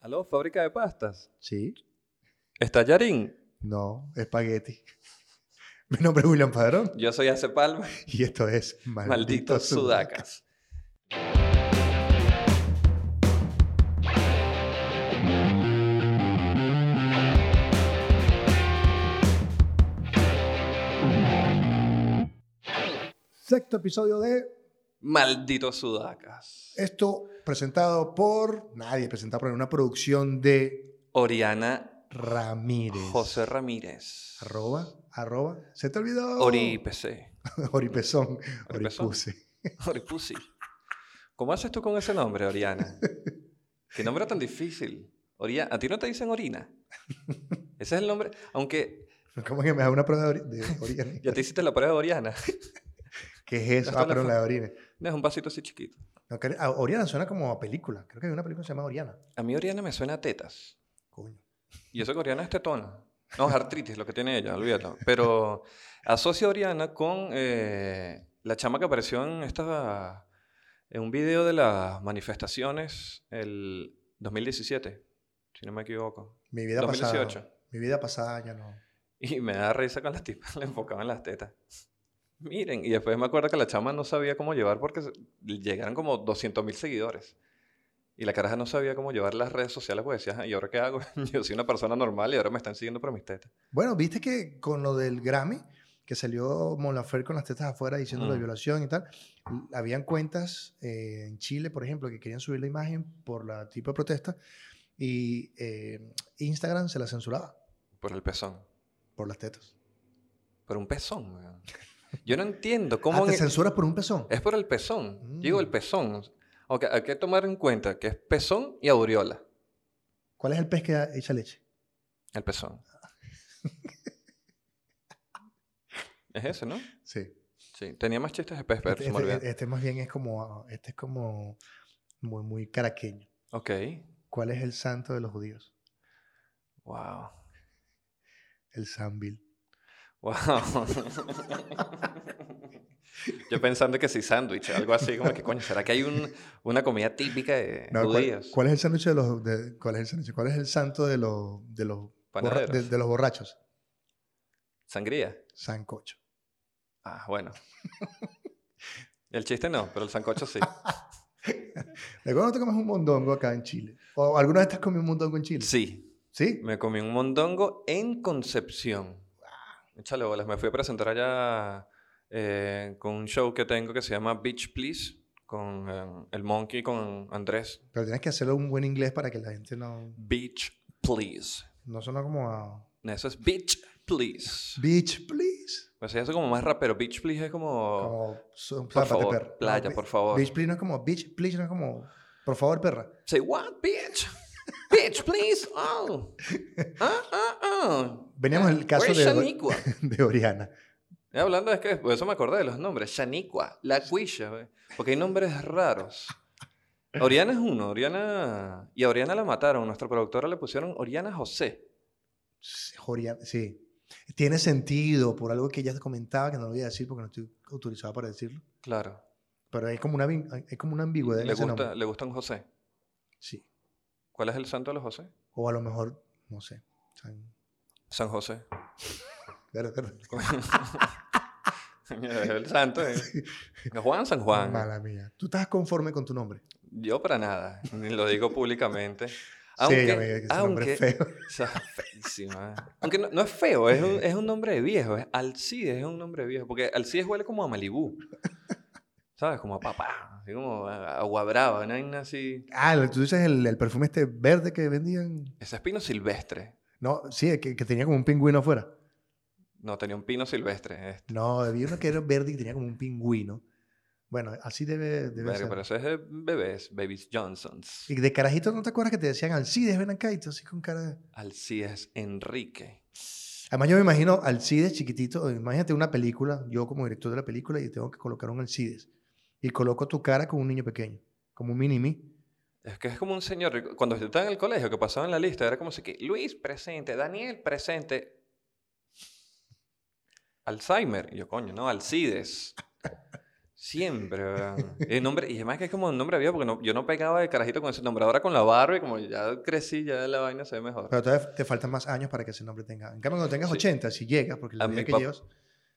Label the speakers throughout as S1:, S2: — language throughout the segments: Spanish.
S1: Aló, fábrica de pastas.
S2: Sí.
S1: ¿Está Yarin?
S2: No, espagueti. Mi nombre es William Padrón
S1: Yo soy Ace Palma.
S2: y esto es Maldito,
S1: Malditos
S2: Sudaca.
S1: sudacas.
S2: Sexto episodio de
S1: Malditos sudacas.
S2: esto presentado por nadie, presentado por una producción de
S1: Oriana
S2: Ramírez.
S1: José Ramírez.
S2: Arroba, arroba. ¿Se te olvidó?
S1: Oripc.
S2: Oripezón.
S1: Oripezón.
S2: Oripuse.
S1: Oripusi. ¿Cómo haces tú con ese nombre, Oriana? Qué nombre tan difícil. Oria- ¿A ti no te dicen Orina? Ese es el nombre. Aunque
S2: ¿Cómo que me da una prueba de, ori- de orina?
S1: ya te hiciste la prueba de Oriana.
S2: ¿Qué es eso?
S1: Hasta
S2: Ah,
S1: la
S2: perdón,
S1: fa-
S2: la de orina.
S1: No, es un vasito así chiquito.
S2: No, que- ah, Oriana suena como a película. Creo que hay una película que se llama Oriana.
S1: A mí Oriana me suena a tetas.
S2: Coño.
S1: Y eso que Oriana es tetona. No, es artritis lo que tiene ella, olvídalo. Pero asocio a Oriana con eh, la chama que apareció en, esta, en un video de las manifestaciones el 2017, si no me equivoco.
S2: Mi vida pasada.
S1: 2018.
S2: Mi vida pasada ya no.
S1: Y me da risa con las tipas, le enfocaban las tetas. Miren, y después me acuerdo que la chama no sabía cómo llevar porque se- llegaron como 200 mil seguidores. Y la caraja no sabía cómo llevar las redes sociales porque decía, "Ajá, ¿y ahora qué hago? Yo soy una persona normal y ahora me están siguiendo por mis tetas.
S2: Bueno, viste que con lo del Grammy, que salió Mon Laferte con las tetas afuera diciendo la
S1: Mm.
S2: violación y tal, l- habían cuentas eh, en Chile, por ejemplo, que querían subir la imagen por la tipo de protesta y eh, Instagram se la censuraba
S1: Por el pezón.
S2: por las tetas.
S1: Por un pezón, weón. Yo no entiendo
S2: ¿Cómo
S1: cómo... en-
S2: Ah, te censuras por un pezón?
S1: Es por el pezón.
S2: Mm.
S1: Digo, el pezón. Ok, hay que tomar en cuenta que es pezón y aureola.
S2: ¿Cuál es el pez que da- echa leche?
S1: El pezón. es eso, ¿no?
S2: Sí.
S1: Sí. Tenía más chistes de pez, pero
S2: este,
S1: se me olvidó.
S2: este- este más bien es como, este es como muy, muy caraqueño.
S1: Ok.
S2: ¿Cuál es el santo de los judíos?
S1: Wow.
S2: El Sambil.
S1: Wow. Yo pensando que sí, sándwich, algo así, como que coño, ¿será que hay un- una comida típica de
S2: No, ¿cuál,
S1: judíos?
S2: cuál es el sándwich de los de- cuál es el sándwich? ¿Cuál es el santo de los de los borra-
S1: Panaderos.
S2: de, de los borrachos?
S1: Sangría.
S2: Sancocho.
S1: Ah, bueno. El chiste no, pero el sancocho sí.
S2: ¿De cuándo te comes un mondongo acá en Chile? ¿O alguna vez te has comido un mondongo en Chile?
S1: Sí,
S2: ¿Sí?
S1: me comí un mondongo en Concepción. Échale bolas, me fui a presentar allá eh, con un show que tengo que se llama Beach Please, con eh, el Monkey, con Andrés.
S2: Pero tienes que hacerlo en un buen inglés para que la gente no
S1: Beach Please.
S2: no suena como a
S1: Eso es Beach Please.
S2: beach please.
S1: O sea, eso como más rapero. Beach Please es como...
S2: Como so-
S1: Oh. Por
S2: zapate,
S1: favor,
S2: perra. No,
S1: playa,
S2: be-
S1: por favor.
S2: Beach please no es como beach please no es como por favor, perra.
S1: Say what, bitch? Bitch, please. Oh. Ah, ah, ah.
S2: Veníamos el caso
S1: Where's
S2: de-
S1: Shaniqua?
S2: De Oriana.
S1: Eh, Hablando es que por eso me acordé de los nombres. Shaniqua, La Cuilla, güey, porque hay nombres raros. Oriana es uno, Oriana... Y a Oriana la mataron, nuestra productora le pusieron Oriana José.
S2: Sí, Oriana, sí. Tiene sentido por algo que ya comentaba que no lo voy a decir porque no estoy autorizado para decirlo.
S1: Claro.
S2: Pero hay como una, vin- hay hay como una ambigüedad en
S1: Le
S2: ese
S1: gusta,
S2: nombre.
S1: le gusta un José.
S2: Sí.
S1: ¿Cuál es el santo de los José?
S2: O a lo mejor, no sé. San-
S1: San José.
S2: ver- ver-
S1: el santo. eh. Juan, San Juan.
S2: Mala mía. ¿Tú estás conforme con tu nombre?
S1: Yo para nada, ni lo digo públicamente.
S2: sí,
S1: Aunque,
S2: amiga, que ese nombre
S1: aunque,
S2: es feo.
S1: o sea, feísimo, ¿eh? Aunque no, no es feo, es un, es un nombre de viejo. Es Alcides es un nombre de viejo. Porque Alcides huele como a Malibú. ¿Sabes? Como a papá. Así como a a agua brava, una vaina así.
S2: Ah, el- tú dices el, el perfume este verde que vendían.
S1: Ese es pino silvestre.
S2: No, sí, el que, que tenía como un pingüino afuera.
S1: No, tenía un pino silvestre. es-
S2: No, había uno que era verde y tenía como un pingüino. Bueno, así debe, debe
S1: verga,
S2: ser.
S1: pero ese es de bebés, Babies Johnsons.
S2: Y de carajito, ¿no te acuerdas que te decían Alcides, ven acá? Y tú así con cara de...
S1: Alcides Enrique.
S2: Además, yo me imagino Alcides chiquitito. Imagínate una película, yo como director de la película, y tengo que colocar un Alcides. Y coloco tu cara con un niño pequeño, como un mini-me.
S1: Es que es como un señor. Cuando yo estaba en el colegio, que pasaba en la lista, era como si que Luis presente, Daniel presente. Alzheimer. Y yo, coño, no, Alcides. Siempre, weón. El nombre, y además que es como un nombre viejo, porque no- yo no pegaba de carajito con ese nombre. Ahora con la barba y como ya crecí, ya la vaina se ve mejor.
S2: Pero todavía te faltan más años para que ese nombre tenga. En cambio, cuando tengas
S1: Sí.
S2: 80, si llegas, porque la
S1: A
S2: vida
S1: mi
S2: que
S1: pap-
S2: llevas,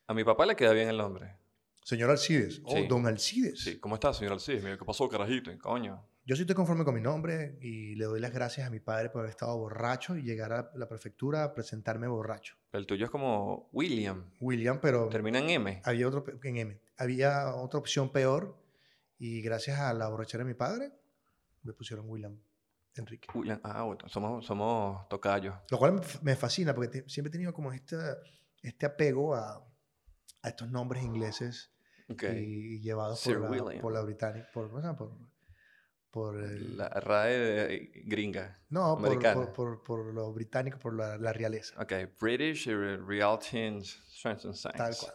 S1: A mi papá le queda bien el nombre.
S2: señor Alcides, o
S1: Sí.
S2: don Alcides.
S1: Sí, ¿cómo estás, señor Alcides? Mira, ¿qué pasó, carajito? Coño.
S2: Yo sí estoy conforme con mi nombre y le doy las gracias a mi padre por haber estado borracho y llegar a la prefectura a presentarme borracho.
S1: El tuyo es como William.
S2: William, pero
S1: Termina en M.
S2: había otro pe- en M. Había otra opción peor y gracias a la borrachera de mi padre me pusieron William Enrique.
S1: William. Ah, bueno, somos, somos tocayos.
S2: Lo cual me f- me fascina porque te- siempre he tenido como esta, este apego a, a estos nombres ingleses
S1: Ok.
S2: y, y llevados
S1: Sir
S2: por la,
S1: William.
S2: por la británica, por, ¿cómo se llama? por, por el-
S1: La RAE de- gringa.
S2: no, por,
S1: americana.
S2: por, por, por los británicos, por la, la realeza,
S1: Ok, British eh, Realty and Strength and Science.
S2: tal cual.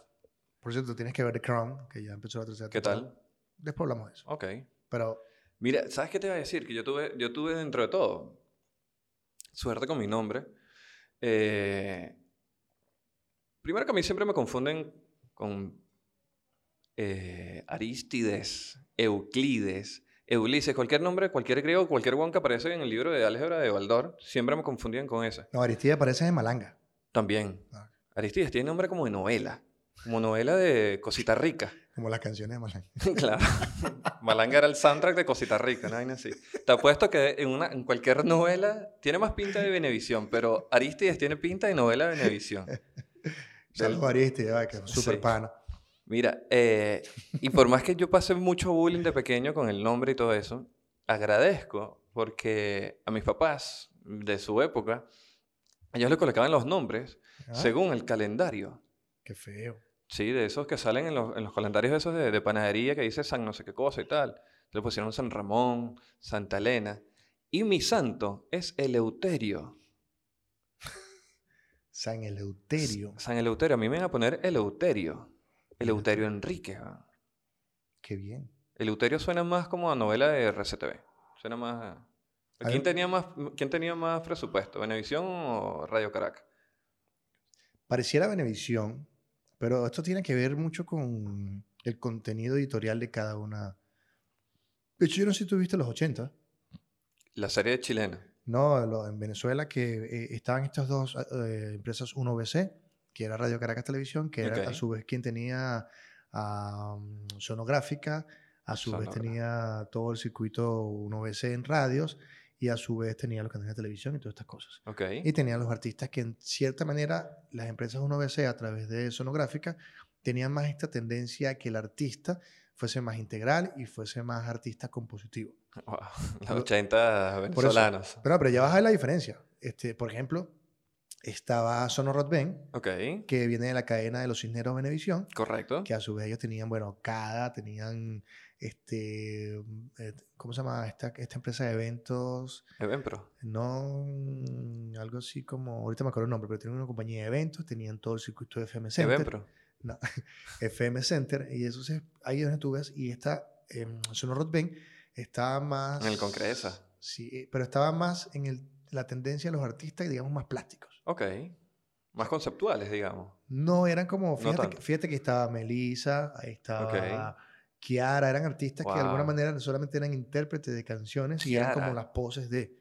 S2: Por cierto, tienes que ver The Crown, que ya empezó la tercera
S1: ¿Qué
S2: temporada.
S1: tal?
S2: Después hablamos de eso.
S1: Ok.
S2: Pero
S1: Mira, ¿sabes qué te iba a decir? Que yo tuve, yo tuve dentro de todo suerte con mi nombre. Eh, primero que a mí siempre me confunden con eh, Aristides, Euclides, Eulises, cualquier nombre, cualquier griego, cualquier guan que aparece en el libro de álgebra de Baldor, siempre me confundían con ese.
S2: no, Aristide parece de Malanga.
S1: También.
S2: Ah.
S1: Aristides tiene nombre como de novela, como novela de Cosita Rica.
S2: Como las canciones de Malanga.
S1: Claro. Malanga era el soundtrack de Cosita Rica, una vaina así. Te apuesto que en, una, en cualquier novela tiene más pinta de Benevisión, pero Aristides tiene pinta de novela de Benevisión.
S2: Saludos a Aristide, va, que es un
S1: Sí.
S2: super pana.
S1: Mira, eh, y por más que yo pasé mucho bullying de pequeño con el nombre y todo eso, agradezco porque a mis papás de su época, ellos le colocaban los nombres
S2: Ah,
S1: según el calendario.
S2: Qué feo.
S1: Sí, de esos que salen en los, en los calendarios esos de, de panadería que dice San no sé qué cosa y tal. Le pusieron San Ramón, Santa Elena. Y mi santo es Eleuterio.
S2: San Eleuterio.
S1: San Eleuterio. A mí me van a poner Eleuterio. Eleuterio Enríquez. ¿va?
S2: Qué bien.
S1: Eleuterio suena más como a novela de RCTV. Suena más... a-
S2: A
S1: ¿Quién
S2: ver.
S1: tenía más, ¿Quién tenía más presupuesto? ¿Venevisión o Radio Caracas?
S2: Pareciera Benevisión, pero esto tiene que ver mucho con el contenido editorial de cada una. De hecho, yo no sé si tú viste los 80.
S1: La serie chilena.
S2: No, lo- en Venezuela que eh, estaban estas dos eh, empresas 1BC, que era Radio Caracas Televisión, que era a
S1: Ok.
S2: su vez quien tenía a, mm, Sonográfica, a su vez
S1: Sonora.
S2: tenía todo el circuito 1BC en radios y a su vez tenía los canales de televisión y todas estas cosas.
S1: Ok.
S2: Y tenía los artistas que en cierta manera las empresas 1BC a través de Sonográfica tenían más esta tendencia a que el artista fuese más integral y fuese más artista compositivo.
S1: Wow, Los
S2: Lo-
S1: 80
S2: Por eso.
S1: venezolanos.
S2: Pero, no, pero ya vas a ver la diferencia. Este, por ejemplo, estaba Sonorot Ben,
S1: Ok.
S2: que viene de la cadena de los Cisneros Venevisión,
S1: Correcto.
S2: que a su vez ellos tenían, bueno, Cada, tenían, este, eh, ¿cómo se llama? Esta, esta empresa de eventos,
S1: Ven, pero...
S2: no, mm, algo así como, ahorita me acuerdo el nombre, pero tenían una compañía de eventos, tenían todo el circuito de FM Center.
S1: Ven, pero...
S2: No, FM Center, y eso se, ahí es donde tú ves, y esta em, Sonorot Ben estaba más...
S1: En el Congreso.
S2: Sí, eh, pero estaba más en el- la tendencia de los artistas, digamos, más plásticos.
S1: Ok. Más conceptuales, digamos.
S2: No eran como, fíjate, que,
S1: tanto.
S2: fíjate que estaba Melissa, ahí estaba Kiara, eran artistas que de alguna
S1: Wow.
S2: manera solamente eran intérpretes de canciones y eran como
S1: Kiara.
S2: las poses de...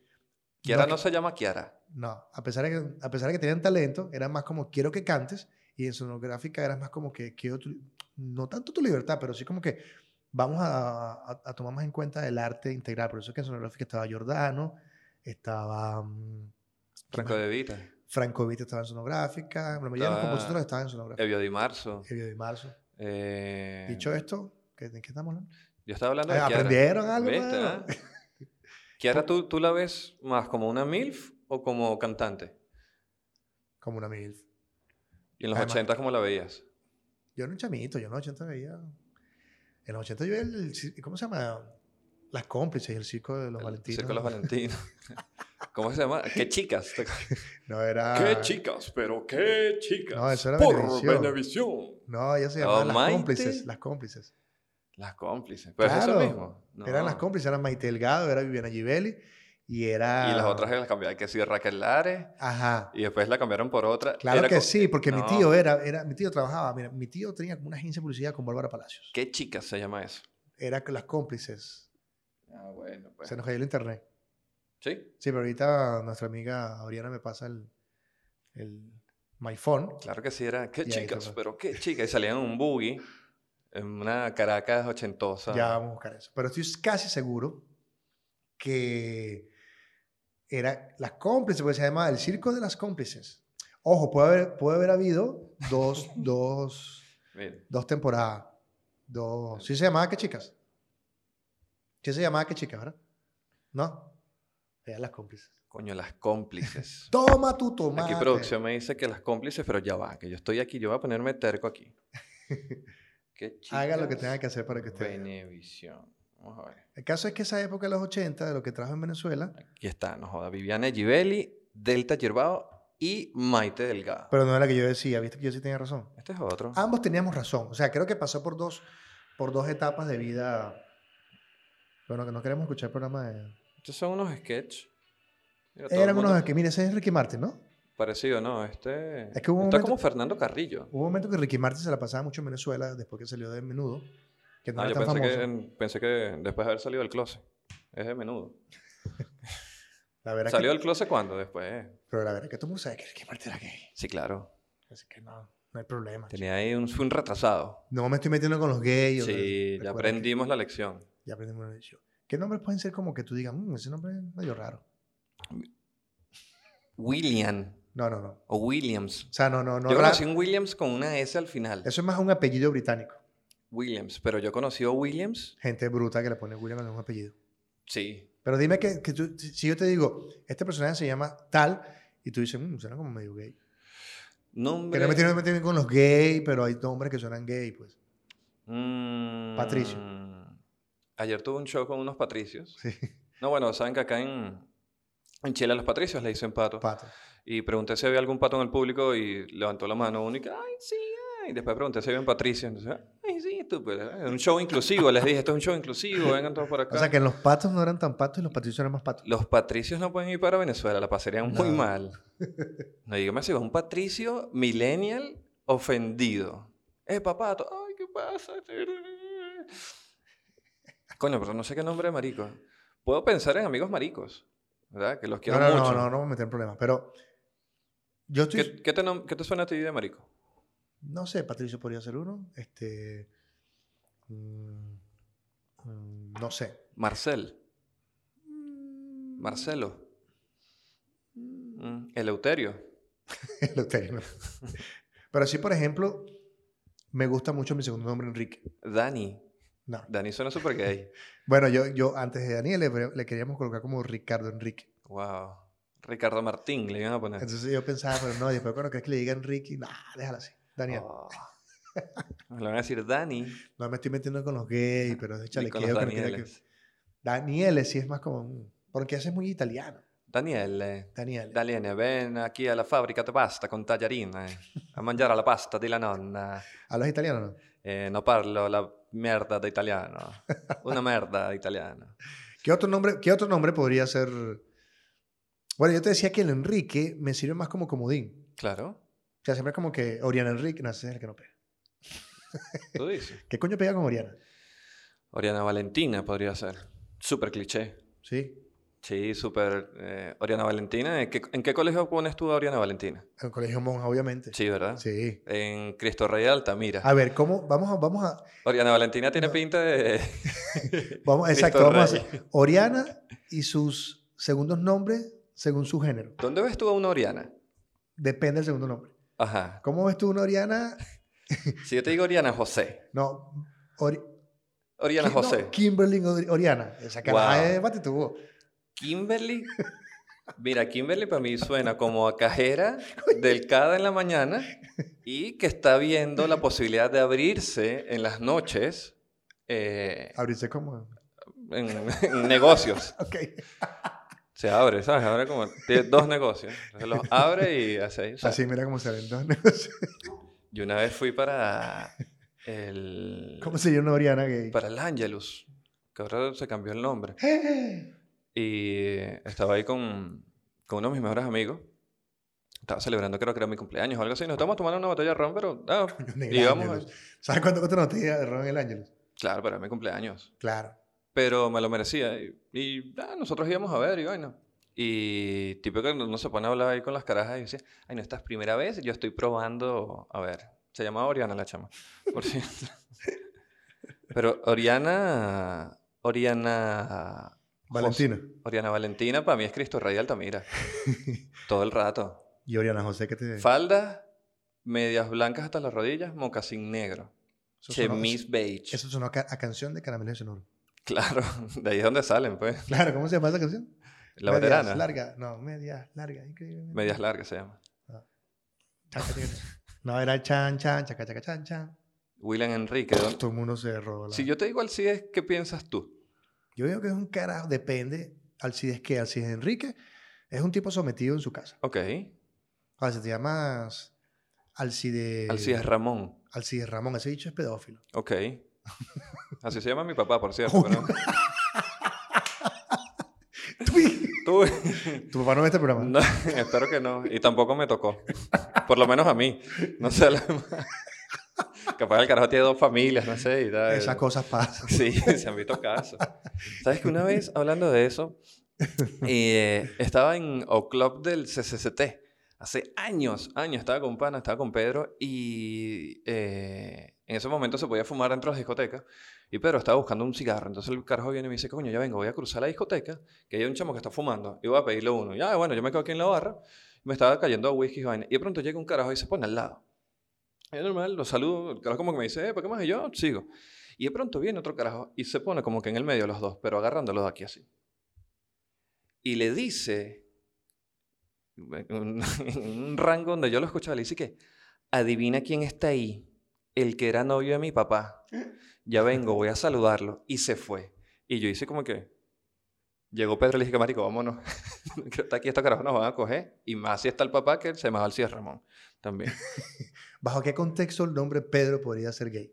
S1: Kiara no,
S2: que-
S1: se llama Kiara.
S2: no, a pesar de que, a pesar de que tenían talento, era más como quiero que cantes y en sonográfica era más como que quiero tu- no tanto tu libertad, pero sí como que vamos a, a- a tomar más en cuenta el arte integral. Por eso es que en sonográfica estaba Jordano, estaba mm,
S1: Franco de Vita.
S2: Franco Vita estaba en sonográfica, la mayoría de los
S1: Estaba-
S2: compositores estaban en sonográfica.
S1: Evio Di Marzo.
S2: Evio de Marzo.
S1: eh,
S2: Dicho esto, ¿qué- ¿de qué estamos hablando?
S1: Yo estaba hablando de
S2: Ah,
S1: Kiara.
S2: ¿Aprendieron algo?
S1: ¿Viste,
S2: mano?
S1: ah? Kiara, ¿tú, ¿tú la ves más como una MILF o como cantante?
S2: Como una mil.
S1: Y en los
S2: Además-
S1: 80 cómo la veías?
S2: Yo era un chamito, yo en los 80 veía. En los 80 yo veía el, cir- ¿Cómo se llama? Las cómplices y el circo de los
S1: El
S2: Valentinos.
S1: Circo de los Valentinos. ¿Cómo se llama? ¿Qué chicas?
S2: No, era.
S1: ¿Qué chicas? Pero qué chicas.
S2: Ah. No, eso era
S1: Por
S2: Venevisión.
S1: Venevisión.
S2: No, ellas se llamaban las
S1: Oh, Maite.
S2: cómplices. Las cómplices.
S1: Las cómplices. Pero es eso
S2: Claro.
S1: mismo. No.
S2: Eran las cómplices, eran Maite Delgado, era Viviana Givelli Y era...
S1: Y las otras las cambiaron, que sí, Raquel Lares,
S2: Ajá.
S1: y después la cambiaron por otra.
S2: Claro
S1: Era
S2: que
S1: co-
S2: sí, porque mi
S1: No.
S2: tío era, era, mi tío trabajaba, mira, mi tío tenía como una agencia de publicidad con Bárbara Palacios.
S1: ¿Qué chica se llama eso?
S2: Era con las cómplices.
S1: Ah, bueno, pues.
S2: Se nos cayó el internet.
S1: Sí,
S2: Sí, pero ahorita nuestra amiga Oriana me pasa el, el my phone.
S1: claro que sí, era. ¿Qué
S2: Y ahí se
S1: chicas?
S2: fue.
S1: Pero qué chicas. Y salían en un buggy, en una Caracas ochentosa.
S2: Ya vamos a buscar eso. Pero estoy casi seguro que era las cómplices, porque se llamaba el circo de las cómplices. Ojo, puede haber, puede haber habido dos, dos,
S1: Mira,
S2: dos temporadas. Dos. Sí se llamaba qué chicas. Sí se llamaba qué chicas, ¿verdad? No. Eran las cómplices.
S1: coño, las cómplices.
S2: Toma tu tomate.
S1: Aquí producción me dice que las cómplices, pero ya va, que yo estoy aquí, yo voy a ponerme terco aquí. ¿Qué chicas?
S2: Haga lo que tenga que hacer para que usted. vea.
S1: Venevisión. Vamos a ver.
S2: El caso es que esa época de los 80, de lo que trajo en Venezuela,
S1: Aquí está, no joda. Viviana Givelli, Delta Yerbao y Maite Delgado.
S2: pero no era la que yo decía, viste que yo sí tenía razón.
S1: este es otro.
S2: Ambos teníamos razón. O sea, creo que pasó por dos, por dos etapas de vida. Bueno, que no queremos escuchar el programa de.
S1: Estos son unos sketches. Mira, todo el
S2: Eran
S1: mundo-
S2: unos que, mire, ese es Ricky Martin, ¿no?
S1: Parecido, ¿no? Este.
S2: Es que hubo un
S1: está
S2: momento-
S1: como Fernando Carrillo.
S2: Hubo un momento que Ricky Martin se la pasaba mucho en Venezuela después que salió de menudo. Que no
S1: Ah,
S2: era
S1: yo
S2: tan
S1: pensé
S2: famoso.
S1: que, en- pensé que después de haber salido del closet. Es de menudo.
S2: La verdad
S1: ¿Salió
S2: que,
S1: del closet cuándo? Después.
S2: Pero la verdad que todo el mundo sabe que Ricky Martin era gay.
S1: Sí, claro.
S2: Así que no, no hay problema.
S1: Tenía ahí un, fue un retrasado.
S2: No me estoy metiendo con los gays. o sea,
S1: Sí, ya
S2: recuerda que-
S1: aprendimos la lección.
S2: Ya aprendimos la lección. ¿Qué nombres pueden ser como que tú digas, "Mm, ese nombre es medio raro?
S1: William
S2: No, no, no.
S1: o
S2: O
S1: Williams.
S2: sea, no, no, no.
S1: yo
S2: raro.
S1: conocí un Williams con una S al final.
S2: Eso es más un apellido británico.
S1: Williams, pero yo conocí a Williams.
S2: Gente bruta que le pone William al mismo apellido.
S1: Sí.
S2: Pero dime que, que tú- si yo te digo, este personaje se llama tal, y tú dices, "Mm, suena como medio gay.
S1: Nombre.
S2: Que no me tiene que meter con los gays, pero hay nombres que suenan gay, pues.
S1: Mm,
S2: Patricio.
S1: Ayer tuve un show con unos patricios.
S2: Sí,
S1: No, bueno, saben que acá en, en Chile a los patricios le dicen pato.
S2: pato.
S1: y pregunté si había algún pato en el público y levantó la mano uno y que, ay, sí, ay. Y después pregunté si había un patricio. Entonces, ay, sí, estúpido. Es un show inclusivo. Les dije, esto es un show inclusivo, vengan todos por acá.
S2: O sea, que los patos no eran tan patos y los patricios eran más patos.
S1: Los patricios no pueden ir para Venezuela, la pasarían muy
S2: No.
S1: mal. No, dígame si vas un patricio millennial ofendido. Eh, papato, ay, ¿qué pasa? Coño, pero no sé qué nombre de marico. Puedo pensar en amigos maricos, ¿verdad? Que los
S2: No,
S1: quiero
S2: no,
S1: mucho.
S2: no, no, no me voy a meter en problemas. Pero yo estoy...
S1: ¿Qué, qué te, nom- qué te suena a ti de marico?
S2: No sé, Patricio podría ser uno. Este. mm, mm, no sé.
S1: Marcel, Marcelo, Mm, Eleuterio.
S2: Lo tengo. Pero sí, por ejemplo, me gusta mucho mi segundo nombre, Enrique.
S1: Dani.
S2: No.
S1: Dani suena súper gay.
S2: Bueno, yo, yo antes de Daniel le, le queríamos colocar como Ricardo Enrique.
S1: Wow. Ricardo Martín le iban a poner.
S2: Entonces yo pensaba, pero no, y después cuando crees que le diga Enrique, nah, déjala así. Daniel,
S1: Oh. Me lo van a decir Dani.
S2: no me estoy metiendo con los gays, pero échale
S1: y con
S2: que
S1: los
S2: yo creo que-
S1: Danieles.
S2: Daniele sí es más como. mm, Porque ese es muy italiano.
S1: Daniele.
S2: Daniele.
S1: Daniele, eh. ven aquí alla fabbrica di pasta con tagliarine a mangiare la pasta della nonna.
S2: ¿Hablas italiano no?
S1: Eh, no parlo la merda da italiano. Una merda da italiano.
S2: ¿Qué otro nombre, qué otro nombre podría ser? Bueno, yo te decía que el Enrique me sirve más como comodín.
S1: Claro,
S2: O sea, siempre es como que Oriana Enrique, no, ese es el que no pega.
S1: tú dices.
S2: ¿Qué coño pega con Oriana?
S1: Oriana Valentina podría ser. Súper cliché.
S2: Sí,
S1: Sí, súper. eh, Oriana Valentina. ¿En qué, en qué colegio pones tú a Oriana Valentina?
S2: al colegio monja, obviamente.
S1: Sí, ¿verdad?
S2: Sí.
S1: En Cristo Rey de Altamira.
S2: A ver, ¿cómo? Vamos a, vamos a,
S1: Oriana Valentina tiene
S2: No.
S1: pinta de.
S2: vamos, exacto,
S1: Cristo
S2: vamos a
S1: Rey.
S2: hacer Oriana y sus segundos nombres según su género.
S1: ¿Dónde ves tú a una Oriana?
S2: Depende del segundo nombre.
S1: Ajá.
S2: ¿Cómo ves tú una Oriana?
S1: Si yo te digo Oriana José.
S2: No, Ori-
S1: Oriana
S2: Kim- no,
S1: José.
S2: Kimberly Ori- Oriana. Esa cara
S1: Wow.
S2: es batitubo.
S1: Kimberly. Mira, Kimberly para mí suena como a cajera del CADA en la mañana y que está viendo la posibilidad de abrirse en las noches eh,
S2: Abrirse como.
S1: en, en negocios.
S2: Ok.
S1: Se abre, ¿sabes? Ahora como tiene dos negocios. Entonces los abre y hace ahí. o sea,
S2: Así mira cómo se ven dos negocios.
S1: Yo una vez fui para el,
S2: ¿Cómo sería una Oriana
S1: Pues,
S2: gay? ¡Eh!
S1: para el Angelus, que ahora se cambió el nombre. Y eh, estaba ahí con, con uno de mis mejores amigos. Estaba celebrando, creo que era mi cumpleaños o algo así. Nos estábamos tomando una botella de ron, pero... ah,
S2: En el
S1: Digamos-
S2: Ángelus. ¿Sabes cuánto cuesta una botella de ron en el Ángeles?
S1: claro, pero era mi cumpleaños.
S2: Claro.
S1: Pero me lo merecía. Y, y, ah, nosotros íbamos a ver y bueno. Y tipo que no se pone a hablar ahí con las carajas y dice, ay, no, esta es primera vez, yo estoy probando, a ver. Se llama Oriana la chama, por cierto. Pero Oriana, Oriana,
S2: Valentina.
S1: Oriana Valentina para mí es Cristo Rey de Altamira. Todo el rato.
S2: Y Oriana José, que te.
S1: Falda, medias blancas hasta las rodillas, mocasín negro,
S2: eso sonó-
S1: chemise beige.
S2: Eso sonó a, ca- a canción de Caramelo de Sonoro.
S1: Claro, de ahí es donde salen, pues.
S2: Claro, ¿cómo se llama esa canción?
S1: La
S2: medias
S1: veterana.
S2: larga. No, medias largas. Increíble.
S1: Medias largas se llama.
S2: Chaca, chaca, chaca. No, era chan, chan, chaca, chaca, chan, chan.
S1: William Enrique. ¿dónde-
S2: Todo el mundo se robó. La...
S1: Si yo te digo al CIDES, ¿qué piensas tú?
S2: Yo digo que es un carajo, depende. Alcides que Alcides Enrique es un tipo sometido en su casa.
S1: Ok.
S2: Ahora, si te llamas Alcides,
S1: Al CIDES Ramón.
S2: Alcides Ramón, ese bicho es pedófilo.
S1: Ok. Así se llama mi papá, por cierto. pero- Tú.
S2: tu papá no ve este programa.
S1: No, espero que no. Y tampoco me tocó. Por lo menos a mí. No sé. la- Capaz el carajo tiene dos familias, no sé. Y tal.
S2: Esas cosas pasan.
S1: Sí, se han visto casos. ¿Sabes que una vez, hablando de eso, eh, estaba en O Club del CCCT? Hace años, años, estaba con Pana, estaba con Pedro y eh, en ese momento se podía fumar dentro de las discotecas y Pedro estaba buscando un cigarro. Entonces el carajo viene y me dice, coño, ya vengo, voy a cruzar la discoteca, que hay un chamo que está fumando y voy a pedirle uno. Ya, bueno, yo me quedo aquí en la barra, me estaba cayendo whisky y vaina. Y de pronto llega un carajo y se pone al lado. Es normal, lo saludo, el carajo como que me dice, eh, ¿para qué más? Y yo sigo. Y de pronto viene otro carajo y se pone como que en el medio los dos, pero agarrándolos de aquí así. Y le dice, en un, en un rango donde yo lo escuchaba, le dice que, adivina quién está ahí, el que era novio de mi papá. Ya vengo, voy a saludarlo. Y se fue. Y yo hice como que, llegó Pedro y le dije, marico, vámonos. Creo que está aquí estos carajos nos van a coger. Y más si está el papá que se me va al Cierre Ramón también.
S2: ¿Bajo qué contexto el nombre Pedro podría ser gay?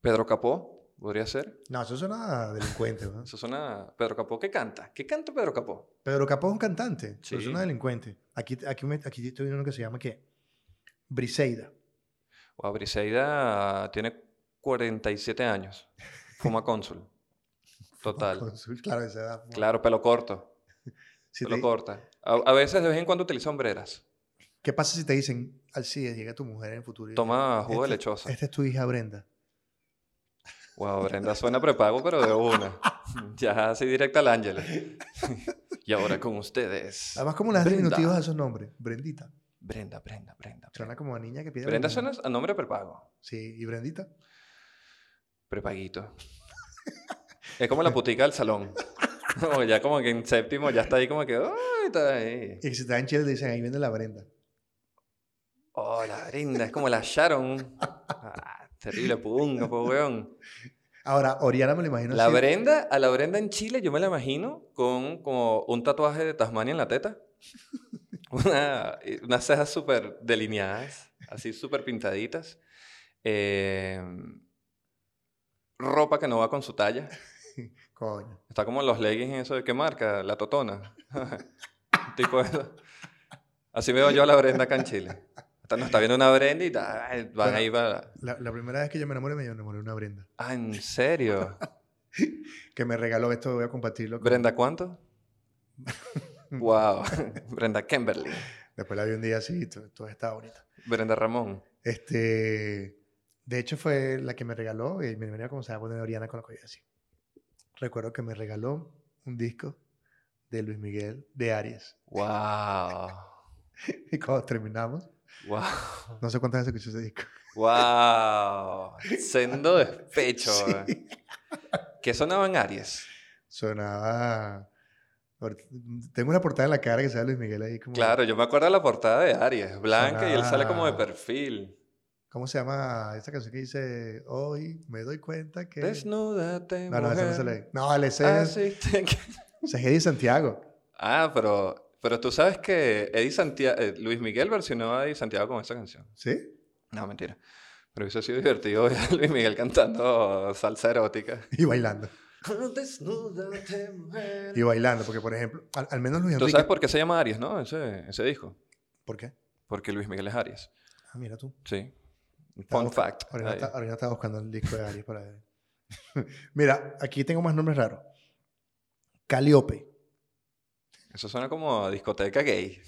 S1: Pedro Capó, podría ser.
S2: No, eso suena a delincuente. ¿no?
S1: Eso suena Pedro Capó. ¿Qué canta? ¿Qué canta Pedro Capó?
S2: Pedro Capó es un cantante, pero
S1: Sí.
S2: es una delincuente. Aquí, aquí, me- aquí estoy viendo uno que se llama ¿qué? Briseida.
S1: Wow, Briseida tiene 47 años. Fuma cónsul. Total.
S2: Con su- Claro, esa edad.
S1: Claro, pelo corto.
S2: Si
S1: Pelo
S2: te-
S1: corta. A, a veces de vez en cuando utiliza hombreras.
S2: ¿Qué pasa si te dicen, Alcides, llega tu mujer en el futuro? y-
S1: Toma jugo de
S2: Este-
S1: lechosa.
S2: Esta es tu hija Brenda.
S1: Wow, Brenda suena prepago, pero de una. Ya así directa al Ángela. y ahora con ustedes.
S2: Además, como las
S1: Brenda.
S2: diminutivos a esos nombres. Brendita.
S1: Brenda, Brenda, Brenda. Brenda,
S2: Suena como a niña que pide.
S1: Brenda
S2: matrimonio.
S1: suena a nombre prepago.
S2: Sí, y Brendita.
S1: Prepaguito. Es como la putica del salón. Como ya como que en séptimo ya está ahí como que... "Ay, está ahí".
S2: Y si está en Chile, le dicen, ahí viene la Brenda.
S1: Oh, la Brenda, es como la Sharon. Ah, terrible punga, po, weón.
S2: Ahora, Oriana me lo imagino
S1: La
S2: así.
S1: Brenda, a la Brenda en Chile yo me la imagino con como un tatuaje de Tasmania en la teta. Una- unas cejas súper delineadas, así súper pintaditas. Eh, ropa que no va con su talla.
S2: Coño.
S1: Está como los leggings eso de qué marca, la totona. tipo eso. Así veo yo a la Brenda acá en Chile. Hasta nos está viendo una Brenda y ta- ay, van
S2: Bueno.
S1: ahí para...
S2: La, la primera vez que yo me enamoré, me enamoré de una Brenda.
S1: Ah, ¿en serio?
S2: Que me regaló esto, voy a compartirlo. con-
S1: ¿Brenda cuánto? wow. Brenda Kimberly.
S2: Después la vi un día así, y todo, todo estaba bonito.
S1: Brenda Ramón.
S2: Este, de hecho, fue la que me regaló, eh, y me venía como se va a poner Oriana con los cabellos así. Recuerdo que me regaló un disco de Luis Miguel de Aries.
S1: Wow.
S2: Y cuando terminamos,
S1: Wow.
S2: no sé cuántas veces escuché ese disco.
S1: Wow. Sendo despecho.
S2: Sí.
S1: weón. ¿Qué sonaba en Aries?
S2: Sonaba. ahorita- Tengo una portada en la cara que sale Luis Miguel ahí. Como,
S1: Claro, yo me acuerdo de la portada de Aries, blanca, y él sale como de
S2: Sonaba-
S1: perfil.
S2: ¿Cómo se llama esa canción que dice Hoy me doy cuenta que.
S1: Desnúdate,
S2: No, no, esa no se
S1: mujer. Ah,
S2: lee. No, el ese es
S1: Así te que-
S2: ese es Eddie Santiago.
S1: Ah, pero, pero tú sabes que Eddie Santiago, Luis Miguel versionó a Eddie Santiago con esa canción.
S2: ¿Sí?
S1: No, mentira. Pero hubiese sido divertido ver a Luis Miguel cantando salsa erótica.
S2: Y bailando.
S1: Desnúdate, mujer.
S2: Y bailando, porque por ejemplo, al, al menos Luis
S1: Tú
S2: Enrique.
S1: sabes por qué se llama Aries, ¿no? Ese, ese disco.
S2: ¿Por qué?
S1: Porque Luis Miguel es Aries.
S2: Ah, mira tú.
S1: Sí.
S2: Estaba
S1: Fun
S2: busca-
S1: fact.
S2: Ahorita,
S1: ahí.
S2: está- ahorita estaba buscando el disco de Aries para ver. mira, aquí tengo más nombres raros. Caliope.
S1: Eso suena como a discoteca gay.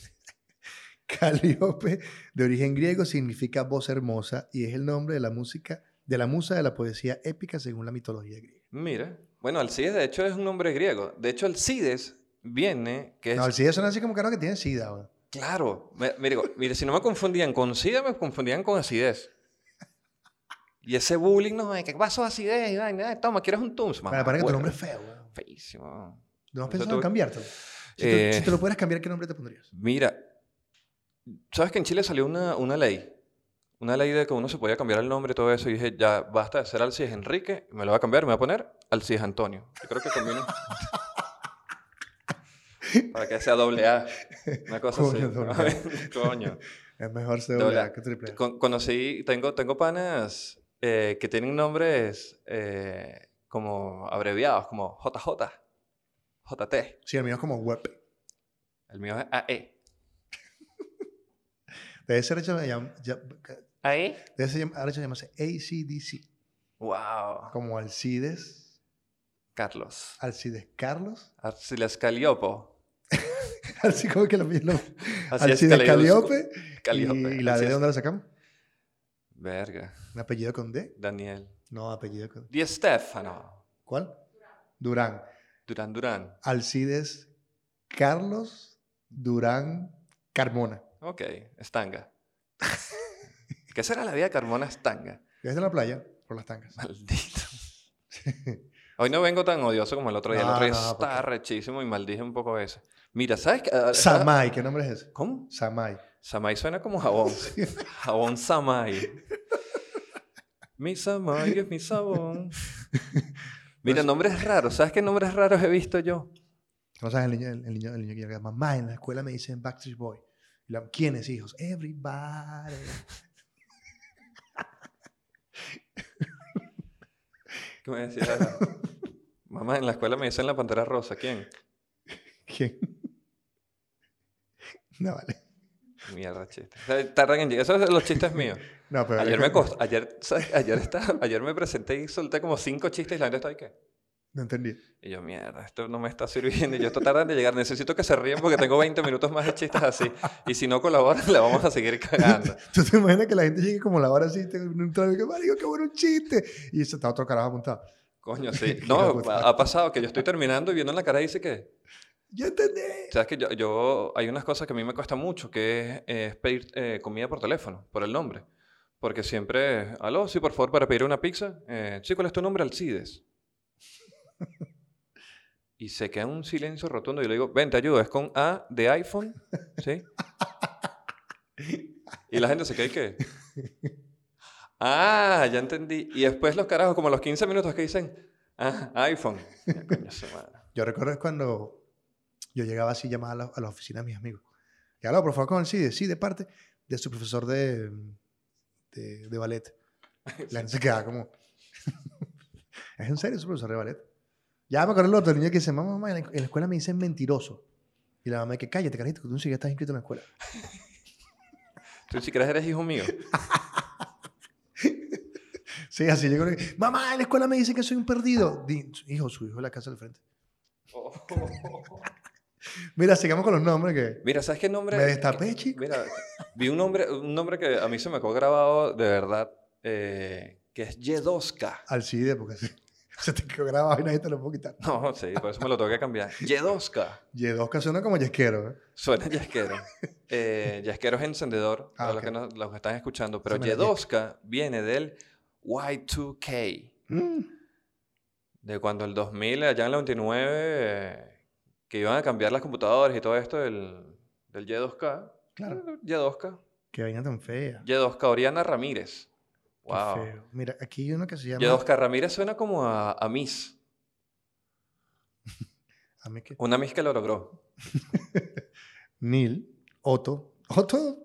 S2: Calíope, de origen griego, significa voz hermosa y es el nombre de la música, de la musa de la poesía épica según la mitología griega.
S1: Mira. Bueno, Alcides de hecho es un nombre griego. De hecho, Alcides viene, que es... Ah,
S2: No, el SIDA suena así como que no, que tiene SIDA. weón.
S1: Claro. Me- me digo, mire, si no me confundían con sida, me confundían con acidez. Y ese bullying, no, ¿qué pasó acidez? Y vaina, eh, Toma, ¿quieres un Tums?
S2: Para, para que tu nombre es feo. weón.
S1: Feísimo.
S2: ¿No has
S1: Entonces
S2: pensado
S1: tú-
S2: en cambiártelo? Si, tú-
S1: Eh,
S2: si te lo pudieras cambiar, ¿qué nombre te pondrías?
S1: Mira, ¿sabes que en Chile salió una, una ley? Una ley de que uno se podía cambiar el nombre y todo eso. Y dije, ya basta de ser Alcides Enrique, me lo voy a cambiar, me voy a poner Alcides Antonio. Yo creo que combina. Para que sea doble A. Una cosa
S2: Coño, doble
S1: así. Coño.
S2: Es mejor ser
S1: de
S2: doble A
S1: verdad.
S2: que triple A.
S1: Con- conocí, tengo, tengo panas eh, que tienen nombres eh, como abreviados, como JJ, JT.
S2: Sí, el mío es como E web.
S1: El mío es E. AE.
S2: Debe ser hecho, llam- ya-
S1: ¿AE?
S2: debe ser llam- ahora hecho llamarse ACDC.
S1: Wow.
S2: Como Alcides,
S1: Carlos.
S2: Alcides Carlos.
S1: Alcides Caliopo.
S2: Así como que lo mismo.
S1: Así es,
S2: Alcides
S1: Caliope.
S2: Caliope.
S1: Caliope,
S2: ¿Y la
S1: así
S2: D de
S1: es.
S2: dónde la sacamos?
S1: Verga.
S2: ¿Un apellido con D?
S1: Daniel.
S2: No, apellido con
S1: Di Stefano.
S2: ¿Cuál? Durán.
S1: Durán Durán.
S2: Alcides Carlos Durán Carmona.
S1: Ok, Estanga. ¿Qué será la vida de Carmona Estanga?
S2: ¿Es de la playa? Por las tangas.
S1: Maldito. Hoy no vengo tan odioso como el otro día. El
S2: No,
S1: otro día
S2: no, ¿por
S1: está
S2: qué?
S1: rechísimo y maldije un poco eso. Mira, ¿sabes qué? Ah, estaba-
S2: Samay, ¿qué nombre es ese?
S1: ¿Cómo?
S2: Samay.
S1: Samay suena como jabón. Jabón Samay. Mi Samay es mi sabón.
S2: Pues
S1: Mira, nombres raros. ¿Sabes qué nombres raros he visto yo?
S2: No sabes el niño, el, el niño, el niño que llega. Mamá, en la escuela me dicen Backstreet Boy. Y la- ¿Quiénes hijos? Everybody.
S1: ¿Qué me decía? Mamá, en la escuela me dicen la pantera rosa. ¿Quién?
S2: ¿Quién? No, vale.
S1: Mierda, chiste. O sea, Tardan en llegar. Esos son los chistes míos.
S2: No, pero
S1: Ayer me, cost- ayer, ¿sabes? ayer, estaba- ayer me presenté y solté como cinco chistes y la gente está ahí ¿qué?
S2: No entendí.
S1: Y yo, mierda, esto no me está sirviendo. Y yo, esto tardan de llegar. Necesito que se ríen porque tengo 20 minutos más de chistes así. Y si no colaboran, la vamos a seguir cagando.
S2: ¿Tú te imaginas que la gente llegue como la hora así, te- un trago que, marico, qué bueno un chiste? Y eso está otro carajo apuntado.
S1: Coño, sí.
S2: Qué
S1: No,
S2: loco.
S1: ha ha pasado que yo estoy terminando y viendo en la cara dice que...
S2: ¡Ya entendí!
S1: Sabes que yo, yo- hay unas cosas que a mí me cuesta mucho, que es, eh, es pedir eh, comida por teléfono, por el nombre. Porque siempre, aló, sí, por favor, para pedir una pizza. Eh, sí, ¿cuál es tu nombre? Alcides. Y se queda un silencio rotundo y yo le digo, ven, te ayudo, es con A de iPhone, ¿sí? Y la gente se queda y qué. Ah, ya entendí. Y después los carajos, como a los 15 minutos que dicen, ah, iPhone. Ya, coño, su madre.
S2: Yo recuerdo es cuando yo llegaba así, llamaba a la, a la oficina de mis amigos. Y hablaba, por favor, con el CIDE. Sí, de parte de su profesor de, de, de ballet. La gente se quedaba como... ¿Es en serio su profesor de ballet? Ya me acuerdo el otro niño que dice, mamá, mamá, en la- en la escuela me dicen mentiroso. Y la mamá que, cállate, carajito, que tú ni siquiera estás inscrito en la escuela.
S1: Tú ni siquiera eres hijo mío.
S2: Sí, así llegó. Mamá, en la escuela me dicen que soy un perdido. Di- hijo, su hijo de la casa del frente.
S1: Oh.
S2: Mira, sigamos con los nombres que
S1: Mira, ¿sabes qué nombre?
S2: me destapé, chico.
S1: Mira, vi un nombre, un nombre que a mí se me quedó grabado de verdad, eh, que es Yedoska.
S2: Alcide, porque se, se te quedó grabado y nadie te lo puedo quitar.
S1: No, sí, por eso me lo tengo que cambiar. Yedoska.
S2: Yedoska suena como yesquero. ¿eh?
S1: Suena yesquero. Eh, yesquero es encendedor,
S2: Ah,
S1: para
S2: ok.
S1: los, que no- los que están escuchando, pero
S2: Se me la
S1: Yedoska viene del Y2K, Mm. de cuando el 2000, allá en el 99, eh, que iban a cambiar las computadoras y todo esto del, del Y2K.
S2: Claro.
S1: Y2K.
S2: Qué vaina tan fea. Qué
S1: Yedoska Oriana Ramírez. Wow.
S2: feo. Mira, aquí hay uno que se llama...
S1: Yedoska Ramírez suena como a, a Miss.
S2: A mí que...
S1: Una Miss que lo logró.
S2: Neil, Otto. Otto,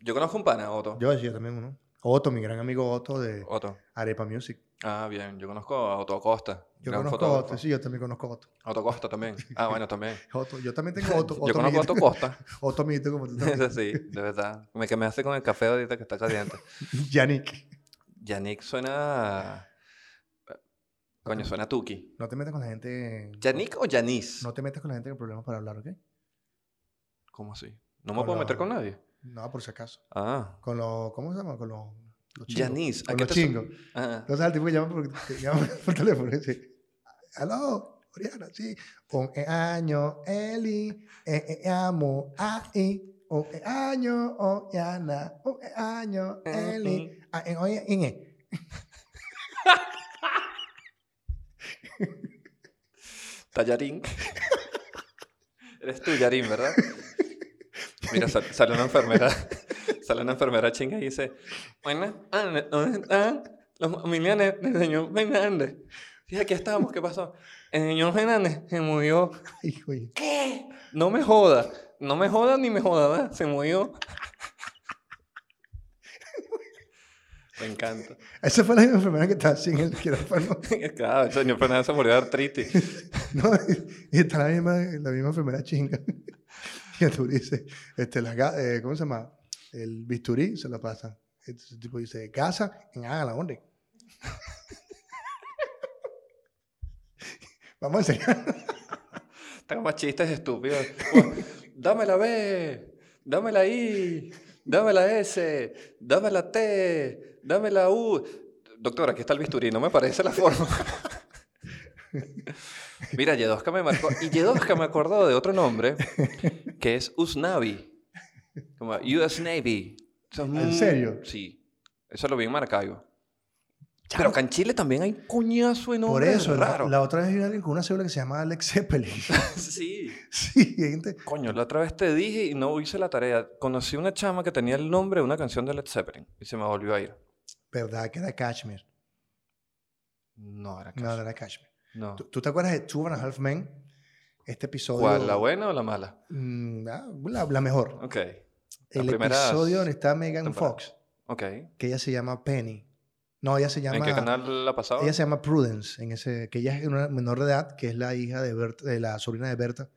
S1: Yo conozco un pana, Otto.
S2: yo decía también uno. Otto, mi gran amigo Otto de
S1: Otto.
S2: Arepa Music.
S1: Ah, bien. Yo conozco a Otto Costa.
S2: Yo
S1: gran
S2: conozco a
S1: fotógrafo.
S2: Otto, sí, yo también conozco a Otto.
S1: Otto Costa también. Ah, bueno, también.
S2: Otto, yo también tengo Otto.
S1: yo
S2: Otto
S1: conozco a
S2: amiguito-
S1: Otto Costa.
S2: Otto amiguito como tú también.
S1: Eso sí, de verdad. Me, que me hace con el café ahorita que está caliente.
S2: Yannick.
S1: Yannick suena... Coño, suena Tuki.
S2: No te metas con la gente.
S1: ¿Yannick o Yanis?
S2: No te metas con la gente con problemas para hablar, ¿ok?
S1: ¿Cómo así? No me
S2: Con
S1: puedo
S2: los-
S1: meter con nadie.
S2: No, por si acaso.
S1: Ah.
S2: Con los. ¿Cómo se llama? Con los. los chingos.
S1: Yanis. ¿a
S2: Con
S1: qué te
S2: los chingos.
S1: su- Ah,
S2: Entonces al tipo que llama por, que llama por teléfono y dice: Aló, Oriana, sí. Un e año, Eli, e, e amo, ai. Un e año, Oriana. Un e año, Eli. Ah, en- oye, Inge.
S1: Tallarín. Eres tú, Yarín, ¿verdad? Mira, sal- sale una enfermera. Sale una enfermera chinga y dice: ah, Bueno, ande- ¿dónde están los familiares del señor Fernández? Sí, aquí estamos, ¿qué pasó? El señor Fernández se murió.
S2: Ay, oye.
S1: ¿Qué? No me joda. No me joda ni me joda, se murió. Me encanta.
S2: Esa fue la misma enfermera que estaba sin el quirófano.
S1: Claro, el señor Fernández se murió de artritis.
S2: No, y está la misma, la misma enfermera chinga. Y tú dices, este, las ga- eh, ¿cómo se llama? El bisturí se lo pasan. Entonces el tipo dice, casa en Ágala, ¿dónde? Vamos a enseñar.
S1: Tengo más chistes estúpidos. Como, Dame la B, dame la I, dame la S, dame la T, dame la U. Doctora, aquí está el bisturí, no me parece la forma. Mira, Yedoska me marcó. Y Yedoska me acordó de otro nombre, que es Usnavi. Como US Navy. Eso es muy-
S2: serio?
S1: Sí. Eso lo vi en Maracaibo. Pero acá en Chile también hay un coñazo enorme.
S2: Por eso, la,
S1: raro.
S2: la otra vez vi a alguien con una célula que se llama Alex Zeppelin.
S1: Sí.
S2: Sí, gente.
S1: Coño, la otra vez te dije y no hice la tarea. Conocí una chama que tenía el nombre de una canción de Led Zeppelin y se me volvió a ir.
S2: ¿Verdad que era Cashmere?
S1: No, era
S2: No,
S1: canción.
S2: no era Cashmere.
S1: No.
S2: ¿Tú, tú te acuerdas de Two and a Half Men? Este episodio.
S1: ¿Cuál, la buena o la mala?
S2: Mm, ah, la, la mejor.
S1: Ok, La
S2: El
S1: primera
S2: episodio donde está Megan
S1: temporada.
S2: Fox.
S1: ok.
S2: que ella se llama Penny. No, ella se llama.
S1: ¿En qué canal la pasaba?
S2: Ella se llama Prudence, en ese, que ella es una menor de edad, que es la hija de Berta, de la sobrina de Berta.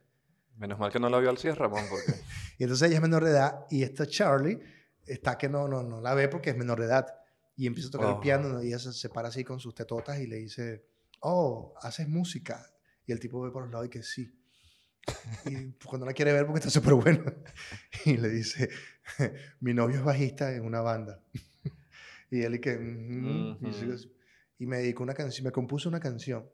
S1: Menos mal que no la vio Alcides Ramón porque...
S2: Y entonces ella es menor de edad y esta Charlie está que no, no, no la ve porque es menor de edad. Y empieza a tocar el
S1: Ojo.
S2: piano ¿no? y ella se, se para así con sus tetotas y le dice, oh, haces música. Y el tipo ve por los lados y que sí. Y cuando la quiere ver porque está súper bueno. Y le dice, mi novio es bajista en una banda. Y él y que... "Ujú". Y dice,
S1: Ujú.
S2: y me dedicó una canción, me compuso una canción.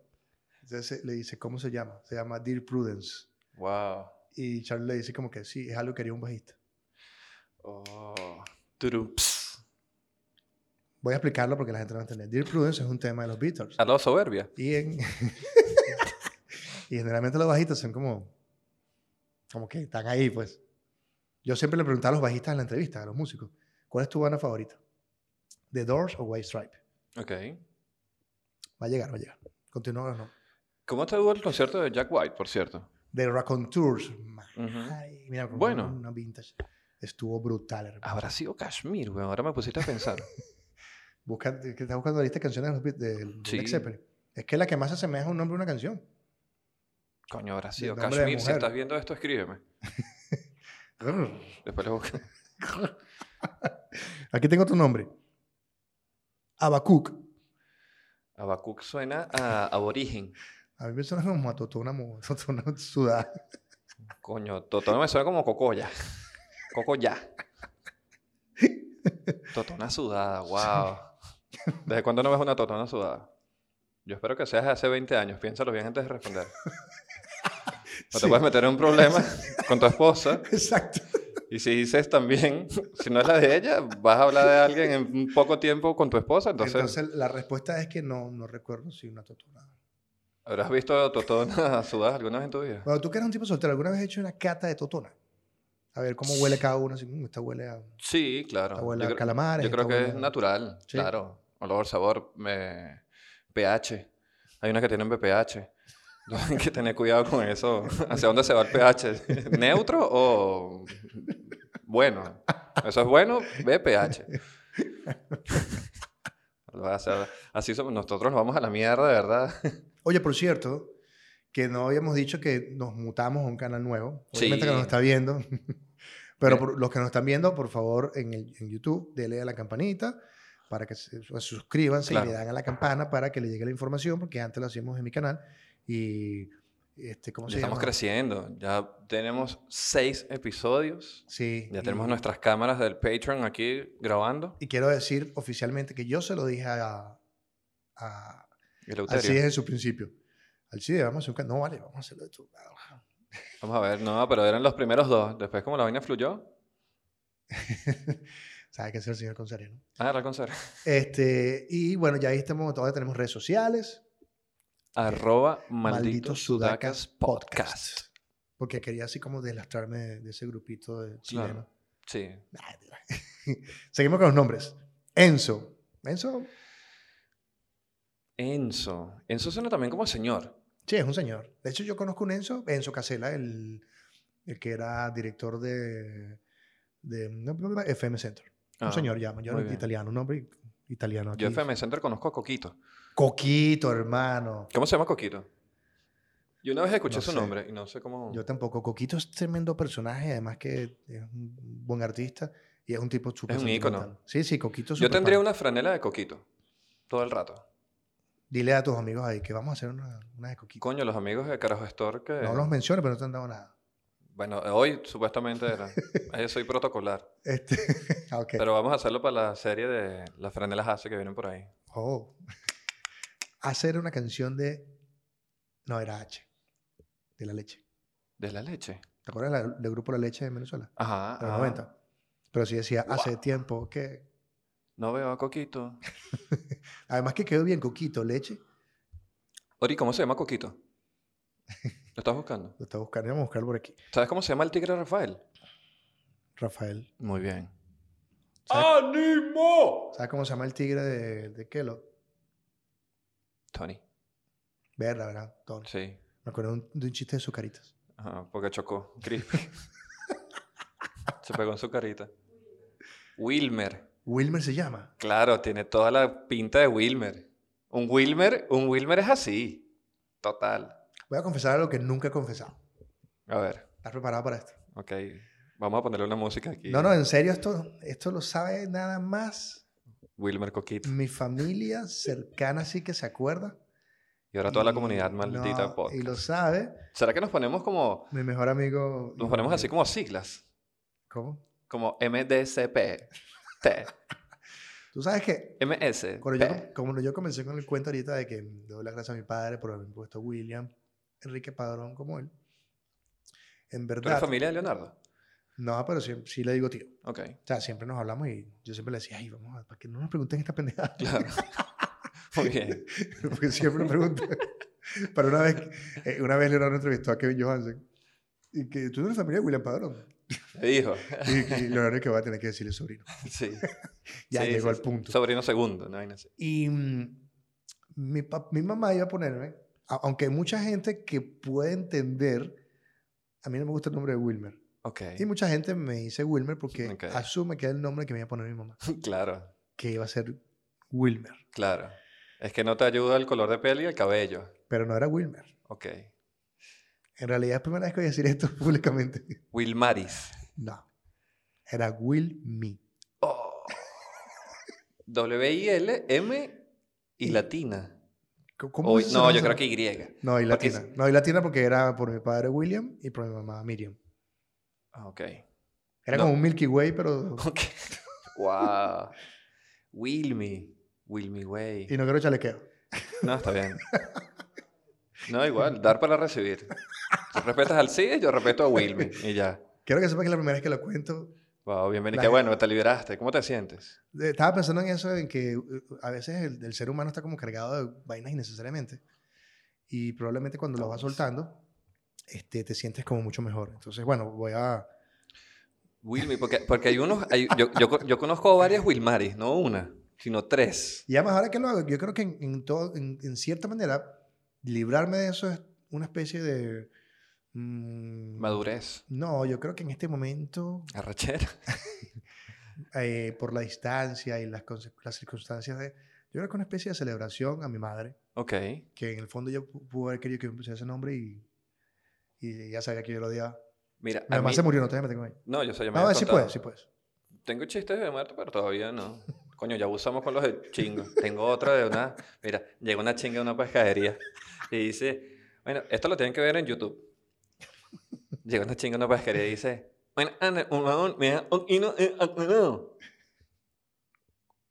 S2: Entonces le dice, ¿cómo se llama? Se llama Dear Prudence.
S1: Wow.
S2: Y Charlie le dice como que sí, es algo que haría un bajista.
S1: Oh. Turu. Ps.
S2: Voy a explicarlo porque la gente no va a entender. Dear Prudence es un tema de los Beatles.
S1: Al lado soberbia.
S2: Y, en- y generalmente los bajistas son como, como que están ahí, pues. Yo siempre le preguntaba a los bajistas en la entrevista, a los músicos, ¿cuál es tu banda favorita? ¿The Doors o White Stripe?
S1: Ok.
S2: Va a llegar, va a llegar. Continúa, no.
S1: ¿Cómo estuvo el concierto de Jack White, por cierto?
S2: The Raconteurs.
S1: Ujú.
S2: Ay, mira, como
S1: Bueno.
S2: una vintage. Estuvo brutal, hermano.
S1: Habrá sido Kashmir, weón. Ahora me pusiste a pensar.
S2: Busca, que estás buscando la lista de canciones de los Beat- de, de Led
S1: Sí.
S2: Zeppelin. Es que es la que más se asemeja a un nombre a una canción.
S1: Coño, habrá sido
S2: nombre de
S1: Kashmir. Si
S2: mujer.
S1: estás viendo esto, escríbeme. Después lo busco.
S2: Aquí tengo otro nombre. Abacuc.
S1: Habacuc suena a aborigen.
S2: A mí me suena como a Totona, mo- Totona sudada.
S1: Coño, Totona me suena como Cocoya. Cocoya. Totona sudada, wow. ¿Desde cuándo no ves una Totona sudada? Yo espero que seas de hace 20 años. Piénsalo bien antes de responder. No te
S2: Sí.
S1: puedes meter en un problema con tu esposa.
S2: Exacto.
S1: Y si dices también, si no es la de ella, vas a hablar de alguien en un poco tiempo con tu esposa. Entonces,
S2: Entonces, la respuesta es que no, no recuerdo si una Totona.
S1: ¿habrás visto Totonas sudadas alguna vez en tu vida?
S2: Bueno, tú que eres un tipo soltero, ¿alguna vez has hecho una cata de Totona? A ver cómo huele cada uno. Así, "Mm, esta huele a, esta
S1: Sí, claro.
S2: huele
S1: Yo
S2: a
S1: creo-
S2: calamares.
S1: Yo creo
S2: esta
S1: que
S2: huele
S1: es
S2: a-
S1: natural,
S2: Sí.
S1: claro. Olor, sabor, me- pH. Hay unas que tienen BPH. Hay que tener cuidado con eso. ¿Hacia dónde se va el pH? ¿Neutro o bueno? Eso es bueno, BPH. O sea, así somos, nosotros nos vamos a la mierda, de verdad.
S2: Oye, por cierto, que no habíamos dicho que nos mutamos a un canal nuevo.
S1: Sí.
S2: Obviamente que nos está viendo. Pero por- los que nos están viendo, por favor, en, el, en YouTube, denle a la campanita para que se, se suscriban
S1: Claro.
S2: y le dan a la campana para que le llegue la información, porque antes lo hacíamos en mi canal. Y, este, ¿cómo
S1: Ya
S2: se
S1: estamos
S2: llama?
S1: creciendo, ya tenemos seis episodios,
S2: Sí.
S1: ya
S2: y-
S1: tenemos nuestras cámaras del Patreon aquí grabando.
S2: Y quiero decir oficialmente que yo se lo dije a, a
S1: Y
S2: Alcides
S1: Eleuterio.
S2: en su principio. Alcides, vamos a hacer un canal. No, vale, vamos a hacerlo de tu lado.
S1: Vamos a ver, no, pero eran los primeros dos. Después, como la vaina fluyó,
S2: Sabe que es el señor Consario, ¿no?
S1: ah, era con cero.
S2: Este, y bueno, ya ahí estamos, todavía tenemos redes sociales,
S1: Arroba malditos,
S2: Malditos
S1: sudacas
S2: Sudacas
S1: podcast.
S2: porque quería así como deslastrarme de, de ese grupito de chileno.
S1: Sí.
S2: Nah, mentira. Seguimos con los nombres. Enzo. Enzo,
S1: Enzo. Enzo suena también como señor.
S2: sí, es un señor. De hecho, yo conozco un Enzo, Enzo Casela, el, el que era director de, de no, no, no, FM Center.
S1: Ah,
S2: un señor ya, mayor
S1: muy bien.
S2: italiano, un hombre italiano.
S1: Yo
S2: aquí.
S1: FM Center conozco a Coquito.
S2: Coquito, hermano.
S1: ¿Cómo se llama Coquito? Yo una vez escuché
S2: No
S1: su
S2: sé.
S1: nombre y no sé cómo.
S2: Yo tampoco. Coquito es tremendo personaje, además que es un buen artista y es un tipo súper.
S1: Es un ícono.
S2: sentimental. Sí, sí, Coquito es
S1: Yo
S2: súper
S1: tendría
S2: pana.
S1: una franela de Coquito. Todo el rato.
S2: Dile a tus amigos ahí que vamos a hacer una, una de Coquito.
S1: Coño, los amigos de Carajo Store que.
S2: No los menciones, pero no te han dado nada.
S1: Bueno, hoy supuestamente era. Ahí soy protocolar.
S2: Este, ah, ok.
S1: Pero vamos a hacerlo para la serie de las franelas hace que vienen por ahí.
S2: Oh. Hacer una canción de. No, era H. De la leche.
S1: De la leche.
S2: ¿Te acuerdas la- del grupo La Leche en Venezuela?
S1: Ajá.
S2: De los
S1: ah,
S2: 90. Pero sí decía,
S1: Guau.
S2: hace tiempo que.
S1: No veo a Coquito.
S2: Además que quedó bien Coquito, leche.
S1: Ori, ¿cómo se llama Coquito? ¿Lo estás buscando?
S2: Lo está buscando, vamos a buscarlo por aquí.
S1: ¿Sabes cómo se llama el tigre Rafael?
S2: Rafael.
S1: Muy bien.
S2: ¿Sabes-
S1: ¡Ánimo!
S2: ¿Sabes cómo se llama el tigre de, de Kellogg?
S1: Tony.
S2: Verla, ¿verdad? Tony.
S1: Sí.
S2: Me acuerdo de un, de un chiste de sus caritas.
S1: Ajá, porque chocó. Crispy. se pegó en su carita. Wilmer.
S2: Wilmer se llama.
S1: Claro, tiene toda la pinta de Wilmer. Un Wilmer, un Wilmer es así. Total.
S2: Voy a confesar algo que nunca he confesado.
S1: A ver,
S2: ¿Estás preparado para esto?
S1: ok. Vamos a ponerle una música aquí.
S2: No, no, en serio, esto, esto lo sabe nada más
S1: Wilmer Coquito.
S2: mi familia cercana, sí que se acuerda.
S1: Y ahora toda la
S2: Y-
S1: comunidad maldita
S2: Mm, no,
S1: podcast.
S2: Y lo sabe
S1: ¿Será que nos ponemos como...
S2: mi mejor amigo.
S1: Nos ponemos así como siglas?
S2: ¿Cómo?
S1: Como MDCP. T.
S2: Tú sabes que
S1: MS.
S2: Cuando yo, como yo comencé con el cuento ahorita de que le doy las gracias a mi padre por haberme puesto William, Enrique Padrón como él. En
S1: ¿Tú eres
S2: verdad.
S1: familia de Leonardo?
S2: No, pero sí, sí le digo tío.
S1: Ok.
S2: O sea, siempre nos hablamos y yo siempre le decía, ay, vamos a, para que no nos pregunten esta pendejada.
S1: Claro. Muy bien.
S2: Porque siempre nos preguntan. pero una vez, eh, una vez Leonardo entrevistó a Kevin Johansen y que tú no eres familia de William Padrón.
S1: Hijo.
S2: Y, y Leonardo es que va a tener que decirle sobrino.
S1: Sí.
S2: Ya
S1: Sí,
S2: llegó
S1: sí,
S2: al
S1: sí.
S2: punto.
S1: Sobrino segundo. ¿no? vaina así.
S2: Y mm, mi, pap- mi mamá iba a ponerme, a- aunque hay mucha gente que puede entender, a mí no me gusta el nombre de Wilmer.
S1: Ok.
S2: Y mucha gente me dice Wilmer porque
S1: Ok.
S2: asume que es el nombre que me iba a poner mi mamá,
S1: Claro.
S2: que iba a ser Wilmer.
S1: Claro. Es que no te ayuda el color de piel y el cabello.
S2: Pero no era Wilmer.
S1: Ok.
S2: En realidad es la primera vez que voy a decir esto públicamente.
S1: Wilmaris.
S2: No. Era Wilmy.
S1: Oh. W-I-L-M y
S2: Y-
S1: latina.
S2: ¿Cómo
S1: O-
S2: se
S1: no,
S2: llama
S1: yo
S2: esa-
S1: creo que Y.
S2: No, y
S1: porque
S2: latina.
S1: es-
S2: No, y latina porque era por mi padre William y por mi mamá Miriam.
S1: Ah, Ok.
S2: Era
S1: No.
S2: como un Milky Way, pero...
S1: Ok. wow. Wilmy. Wilmy Way.
S2: Y no quiero chalequeo.
S1: No, está bien. No, igual, dar para recibir. Tú respetas al CIDE, yo respeto a Wilmy. Y ya.
S2: Quiero que sepas que la primera vez que lo cuento
S1: Wow, bienvenido.
S2: La
S1: Qué
S2: gente-
S1: bueno, te liberaste. ¿Cómo te sientes?
S2: Eh, Estaba pensando en eso, en que eh, a veces el, el ser humano está como cargado de vainas innecesariamente y probablemente cuando lo vas
S1: Todos.
S2: soltando, este, te sientes como mucho mejor. Entonces, bueno, voy a...
S1: Wilmy, porque, porque hay unos. hay- yo, yo co- yo conozco varias Wilmaris, no una, sino tres.
S2: Y además, ahora que lo hago, yo creo que en, en todo, en, en cierta manera, librarme de eso es una especie de... mm,
S1: Madurez,
S2: No, yo creo que en este momento
S1: arrachera.
S2: eh, por la distancia y las, conse- las circunstancias de... Yo era con una especie de celebración a mi madre,
S1: Ok.
S2: que en el fondo yo pu- pude haber querido que me pusiera ese nombre y, y ya sabía que yo lo odiaba.
S1: Mira,
S2: Mi
S1: a
S2: mamá
S1: mí-
S2: se murió, no te metas con ella.
S1: No, yo sé, ya me
S2: No,
S1: habías
S2: sí
S1: contado.
S2: puedes, sí puedes.
S1: Tengo chistes de muerto, pero todavía no. Coño, ya abusamos con los de chingo. Tengo otra de una. Mira, llega una chinga de una pescadería y dice: Bueno, esto lo tienen que ver en YouTube. Llega una chinga de una pescadería y dice: Bueno, Ana, un mamón, me da un hino eh, acuerdo".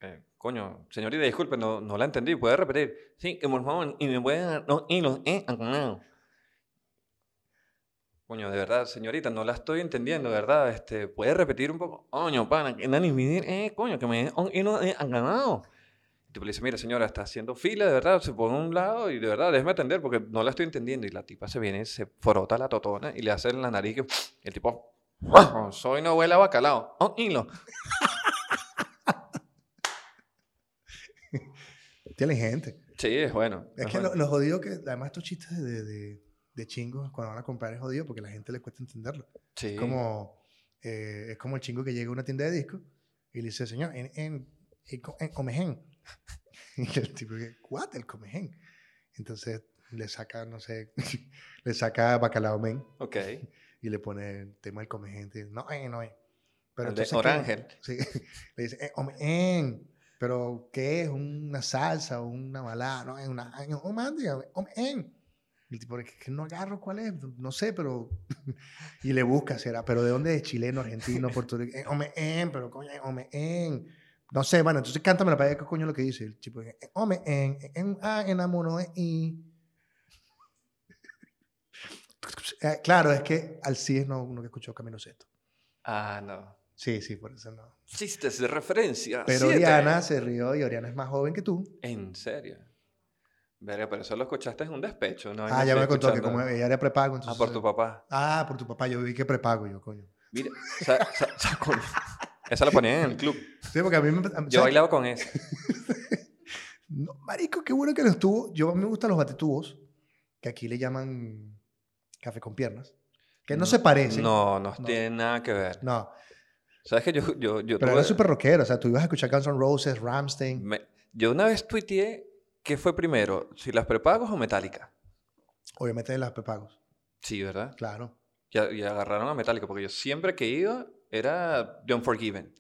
S1: Eh, Coño, señorita, disculpe, no, no la entendí. ¿Puede repetir? Sí, que por favor, y me puede dar dos hilos, eh, acuerdo". Coño, de verdad, señorita, no la estoy entendiendo, de ¿verdad? Este, ¿puede repetir un poco? Coño, pana, que nani, mi- eh, coño, que me dé un hilo eh, ganado. Y tú le dices, mira, señora, está haciendo fila, de verdad, se pone a un lado y de verdad, déjeme atender porque no la estoy entendiendo. Y la tipa se viene, se frota la totona y le hace en la nariz que y el tipo, "Oh, soy no huele a bacalao, un hilo.
S2: Inteligente.
S1: Sí, es bueno.
S2: Es
S1: es
S2: que
S1: bueno.
S2: lo, lo jodido que, además estos chistes de, de, de chingos cuando van a comprar es jodido porque a la gente le cuesta entenderlo.
S1: Sí.
S2: Es como, eh, es como el chingo que llega a una tienda de discos y le dice, señor, en, en, en, co- en comején. Y el tipo dice, ¿what? El comején. Entonces le saca, no sé, le saca bacalao men
S1: Ok.
S2: y le pone el tema del comején. y dice, No, eh, no es.
S1: El de
S2: entonces, ¿qué?
S1: Orángel.
S2: Sí, le dice, eh, comején. Pero, ¿qué es? ¿Una salsa o una balada? No, es una... eh, Oh, man, dígame, comején. Y el tipo, es que no agarro cuál es, no sé, pero... y le busca, será, pero ¿de dónde es? Chileno, argentino, puertorriqueño. Eh, comején, pero coño, eh, comején. No sé, bueno, entonces cántamela para ver qué coño es lo que dice. El tipo, eh, comején, eh, en, ah, enamoró, eh, y... Eh, claro, es que al sí es no, uno que escuchó Camilo Sesto.
S1: Ah, no.
S2: Sí, sí, por eso no.
S1: Chistes de referencia.
S2: Pero
S1: Ah, siete.
S2: Oriana se rió y Oriana es más joven que tú.
S1: ¿En serio? Verga, pero eso lo escuchaste en un despecho, ¿no?
S2: ah, ya me contó que como ella era prepago,
S1: Ah,
S2: entonces...
S1: por tu papá.
S2: Ah, por tu papá. Yo vi que prepago yo, coño.
S1: Mira, sa- sa- sa- coño. esa la ponían en el club.
S2: Sí, porque a mí me... a-
S1: Yo
S2: ¿sabes?
S1: bailaba con esa.
S2: No, marico, qué bueno que los tuvo. Yo a mí me gustan los batetubos, que aquí le llaman café con piernas, que no, se parecen.
S1: No, no,
S2: No.
S1: tiene nada que ver.
S2: No,
S1: ¿Sabes que yo, yo, yo tuve-
S2: pero
S1: Mm.
S2: era súper rockero. O sea, tú ibas a escuchar Guns N' Roses, Ramstein.
S1: me- yo una vez tuiteé qué fue primero, si las prepagos o Metallica.
S2: Obviamente de las prepagos,
S1: Sí, ¿verdad?
S2: claro.
S1: Y, a- y agarraron a Metallica, porque yo siempre que iba era The Unforgiven.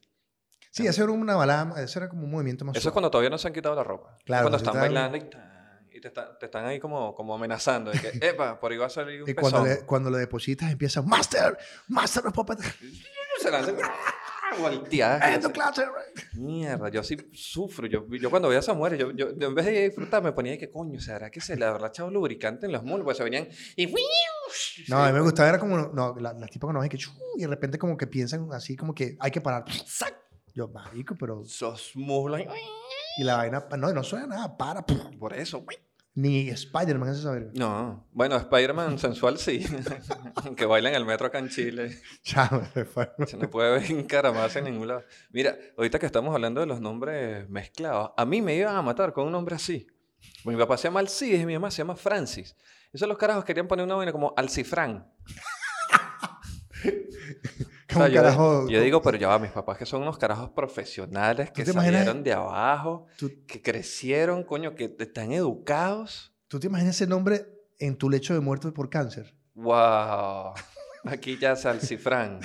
S2: Sí, eso era una balada, eso era como un movimiento más...
S1: Eso es
S2: suave.
S1: cuando todavía no se han quitado la ropa. Es
S2: Claro,
S1: cuando
S2: cuando
S1: están
S2: están-
S1: bailando y, tan, y te, están, te están ahí como, como amenazando. de que, epa, por ahí va a salir un
S2: Y cuando
S1: pezón.
S2: le, cuando le depositas empieza, Master, Master of Puppets,
S1: Se lanzan volteadas.
S2: end of class, eh".
S1: Mierda, yo sí sufro. Yo, yo cuando veía a esas mujeres, yo, yo, yo en vez de disfrutar, me ponía que coño, ¿será que se le habrá echado lubricante en los muslos? Pues se venían y.
S2: No, a mí me gustaba, era como, no, la- las tipas cuando ven que chu, y de repente como que piensan así, como que hay que parar. ¡Sac! Yo, marico, pero...
S1: Esos muslos.
S2: Y la vaina, no, no suena nada, para. ¡pum!
S1: Por eso.
S2: Ni Spider-Man hace saber.
S1: No. Bueno, Spider-Man sensual sí. que baila en el metro acá en Chile.
S2: Chao, se fue.
S1: Se no puede ver encaramarse en ningún lado. Mira, ahorita que estamos hablando de los nombres mezclados, a mí me iban a matar con un nombre así. Mi papá se llama Alcides y mi mamá se llama Francis. Esos los carajos querían poner una vaina como Alcifrán. O
S2: Como
S1: sea,
S2: un
S1: yo,
S2: carajo.
S1: yo digo, pero ya va, mis papás que son unos carajos profesionales que
S2: te imaginas?
S1: salieron de abajo,
S2: ¿tú,
S1: que crecieron, coño, que están educados.
S2: tú te imaginas ese nombre en tu lecho de muertos por cáncer?
S1: ¡Wow! Aquí ya es Alcifrán.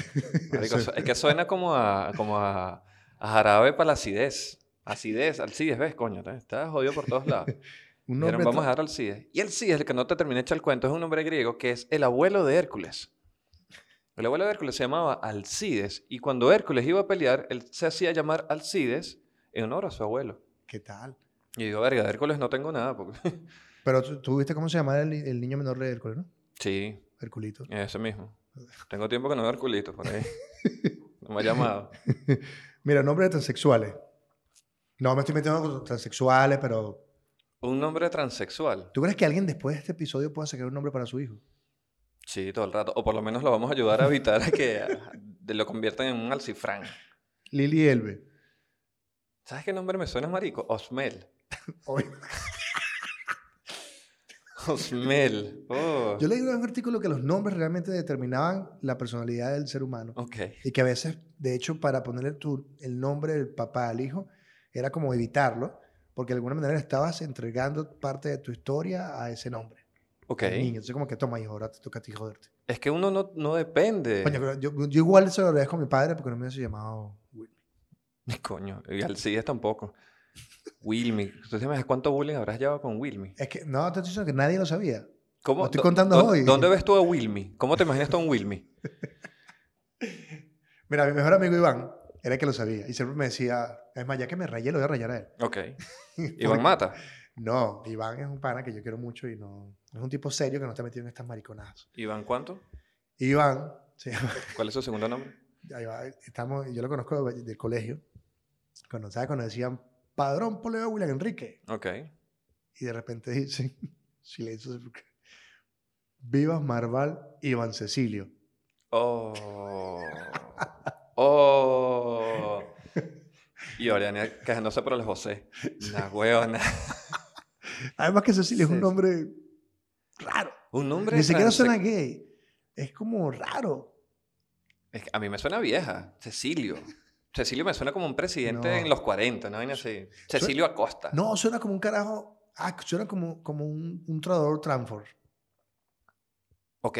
S1: Marico,
S2: Sí.
S1: su- es que suena como a, como a, a jarabe para la acidez. Acidez, Alcides, E ¿ves, coño? te- Estás jodido por todos lados. Dijeron,
S2: Un nombre
S1: vamos a
S2: tan-
S1: dejar Alcides. E Y Alcides, el que no te terminé de echar el cuento, es un nombre griego que es el abuelo de Hércules. El abuelo de Hércules se llamaba Alcides. E Y cuando Hércules iba a pelear, él se hacía llamar Alcides E en honor a su abuelo.
S2: ¿Qué tal?
S1: Y digo, verga, de Hércules no tengo nada. Porque...
S2: Pero tú, tú viste cómo se llamaba el, ni- el niño menor de Hércules, ¿no?
S1: sí,
S2: Herculito.
S1: ese mismo. Tengo tiempo que no veo Hérculitos por ahí. No me ha llamado.
S2: Mira, nombre de transexuales. No, me estoy metiendo con transexuales, pero...
S1: Un nombre transexual.
S2: ¿Tú crees que alguien después de este episodio pueda sacar un nombre para su hijo?
S1: Sí, todo el rato. O por lo menos lo vamos a ayudar a evitar a que a- de- lo conviertan en un alcifrán.
S2: Lili Elbe.
S1: ¿Sabes qué nombre me suena, marico? Osmel.
S2: Oye,
S1: Osmel. Oh.
S2: Yo leí una vez un artículo que los nombres realmente determinaban la personalidad del ser humano.
S1: Ok.
S2: Y que a veces, de hecho, para ponerle tu- el nombre del papá al hijo, era como evitarlo, porque de alguna manera estabas entregando parte de tu historia a ese nombre.
S1: Ok.
S2: al Niño. Entonces, como que toma, hijo, ahora te toca a ti joderte.
S1: Es que uno no, no depende.
S2: Coño, pero yo, yo igual se lo agradezco a mi padre porque no me hubiese llamado Whitney.
S1: Coño. Y Alcides tampoco. Wilmy. ¿Tú te imaginas cuánto bullying habrás llevado con Wilmy?
S2: Es que, no, te estoy diciendo que nadie lo sabía.
S1: ¿Cómo?
S2: Lo estoy
S1: dó-
S2: contando
S1: dó-
S2: hoy.
S1: ¿Dónde ves tú a Wilmy? ¿Cómo te imaginas tú a un Wilmy?
S2: Mira, mi mejor amigo Iván era el que lo sabía y siempre me decía, es más, ya que me rayé, lo voy a rayar a él.
S1: Ok. Iván Mata.
S2: No, Iván es un pana que yo quiero mucho y no. Es un tipo serio que no está metido en estas mariconadas.
S1: ¿Iván cuánto?
S2: Iván, se llama-
S1: ¿Cuál es su segundo nombre?
S2: ahí va, estamos, yo lo conozco de- del colegio. Cuando, ¿sabes? Cuando decían Padrón Poleo William Enrique.
S1: Ok.
S2: Y de repente dicen, silencio sepulcral, Vivas Marval Iván Cecilio.
S1: Oh. Oh. Y Oriana quejándose por el José. Una huevona.
S2: Además que Cecilio es
S1: Sí.
S2: un nombre raro.
S1: Un nombre.
S2: Ni siquiera
S1: transe-
S2: suena gay. Es como raro.
S1: Es que a mí me suena vieja. Cecilio. Cecilio me suena como un presidente
S2: No.
S1: en los 40, ¿no? Vaina así. Cecilio Acosta.
S2: No, suena como un carajo. Ah, suena como, como un, un trador Transform.
S1: Ok.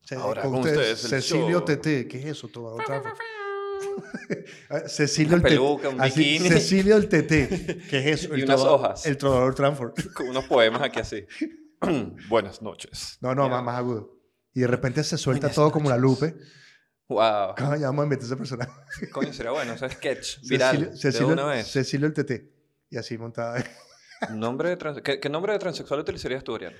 S2: Ce-
S1: Ahora
S2: con
S1: con
S2: ustedes,
S1: ustedes, el
S2: Cecilio
S1: show.
S2: Tete, ¿qué es eso? Todo, otra vez. Ah,
S1: Una
S2: Cecilio el Tete.
S1: peluca, un
S2: Así,
S1: bikini.
S2: Cecilio el Tete, ¿qué es eso?
S1: Y
S2: El
S1: unas
S2: trovador-
S1: hojas.
S2: El trovador Tranford.
S1: Con unos poemas aquí así. Buenas noches.
S2: No, no,
S1: Ya.
S2: más, más agudo. Y de repente se suelta
S1: Buenas
S2: todo como la lupe.
S1: Wow.
S2: ¿Cómo llamamos a inventar ese personaje?
S1: Coño, será bueno. Ese sketch
S2: Cecilio,
S1: viral. de una
S2: Cecilio,
S1: vez.
S2: Cecilio el Tete. Y así montada.
S1: Nombre de trans- ¿Qué, qué nombre de transexual utilizarías tú, Oriana?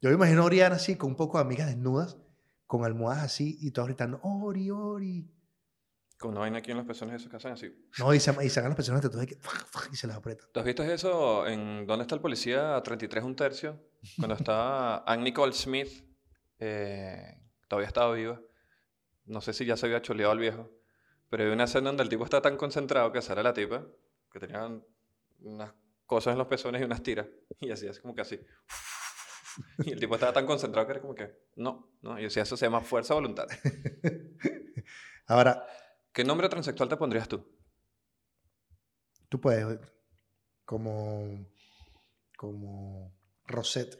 S2: Yo me imagino a Oriana así, con un poco de amigas desnudas, con almohadas así, y todas gritando, Ori, Ori.
S1: Con una vaina aquí en las personas esas que hacen así.
S2: No, y, se, y sacan las personas tatuadas y, que, y se las aprietan.
S1: ¿Tú has visto eso en ¿Dónde está el policía? 33 un tercio. Cuando está Ann Nicole Smith, eh, todavía estaba viva. No sé si ya se había choleado al viejo. Pero hay una escena donde el tipo está tan concentrado que sale la tipa, que tenía unas cosas en los pezones y unas tiras. Y así es como que así. Y el tipo estaba tan concentrado que era como que, no, no. Y decía, eso se llama fuerza de voluntad.
S2: Ahora,
S1: ¿Qué nombre transexual te pondrías tú?
S2: tú puedes, como, como Rosette.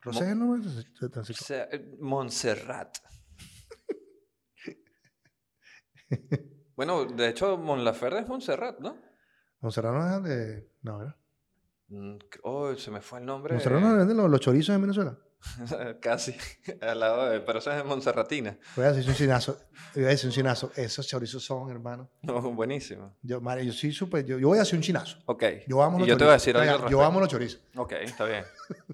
S2: Rosette es el nombre de transe- de
S1: O
S2: transexual.
S1: sea, eh, Montserrat. bueno, de hecho, Monlaferde es Montserrat, ¿no?
S2: Monserrat no es de... No, ¿verdad?
S1: Mm, c- Oh, se me fue el nombre.
S2: Monserrat no vende los, los chorizos en Venezuela.
S1: Casi. Al lado de- pero eso es Montserratina.
S2: Voy a decir un chinazo. Voy a decir un chinazo. Esos chorizos son, hermano.
S1: No, buenísimo.
S2: Yo, madre, yo sí supe. Yo, yo voy a hacer un chinazo.
S1: Ok.
S2: Yo amo
S1: Y
S2: los
S1: yo te voy a
S2: chorizos.
S1: decir algo
S2: Venga,
S1: al
S2: Yo
S1: respecto.
S2: amo los chorizos.
S1: Ok, está bien.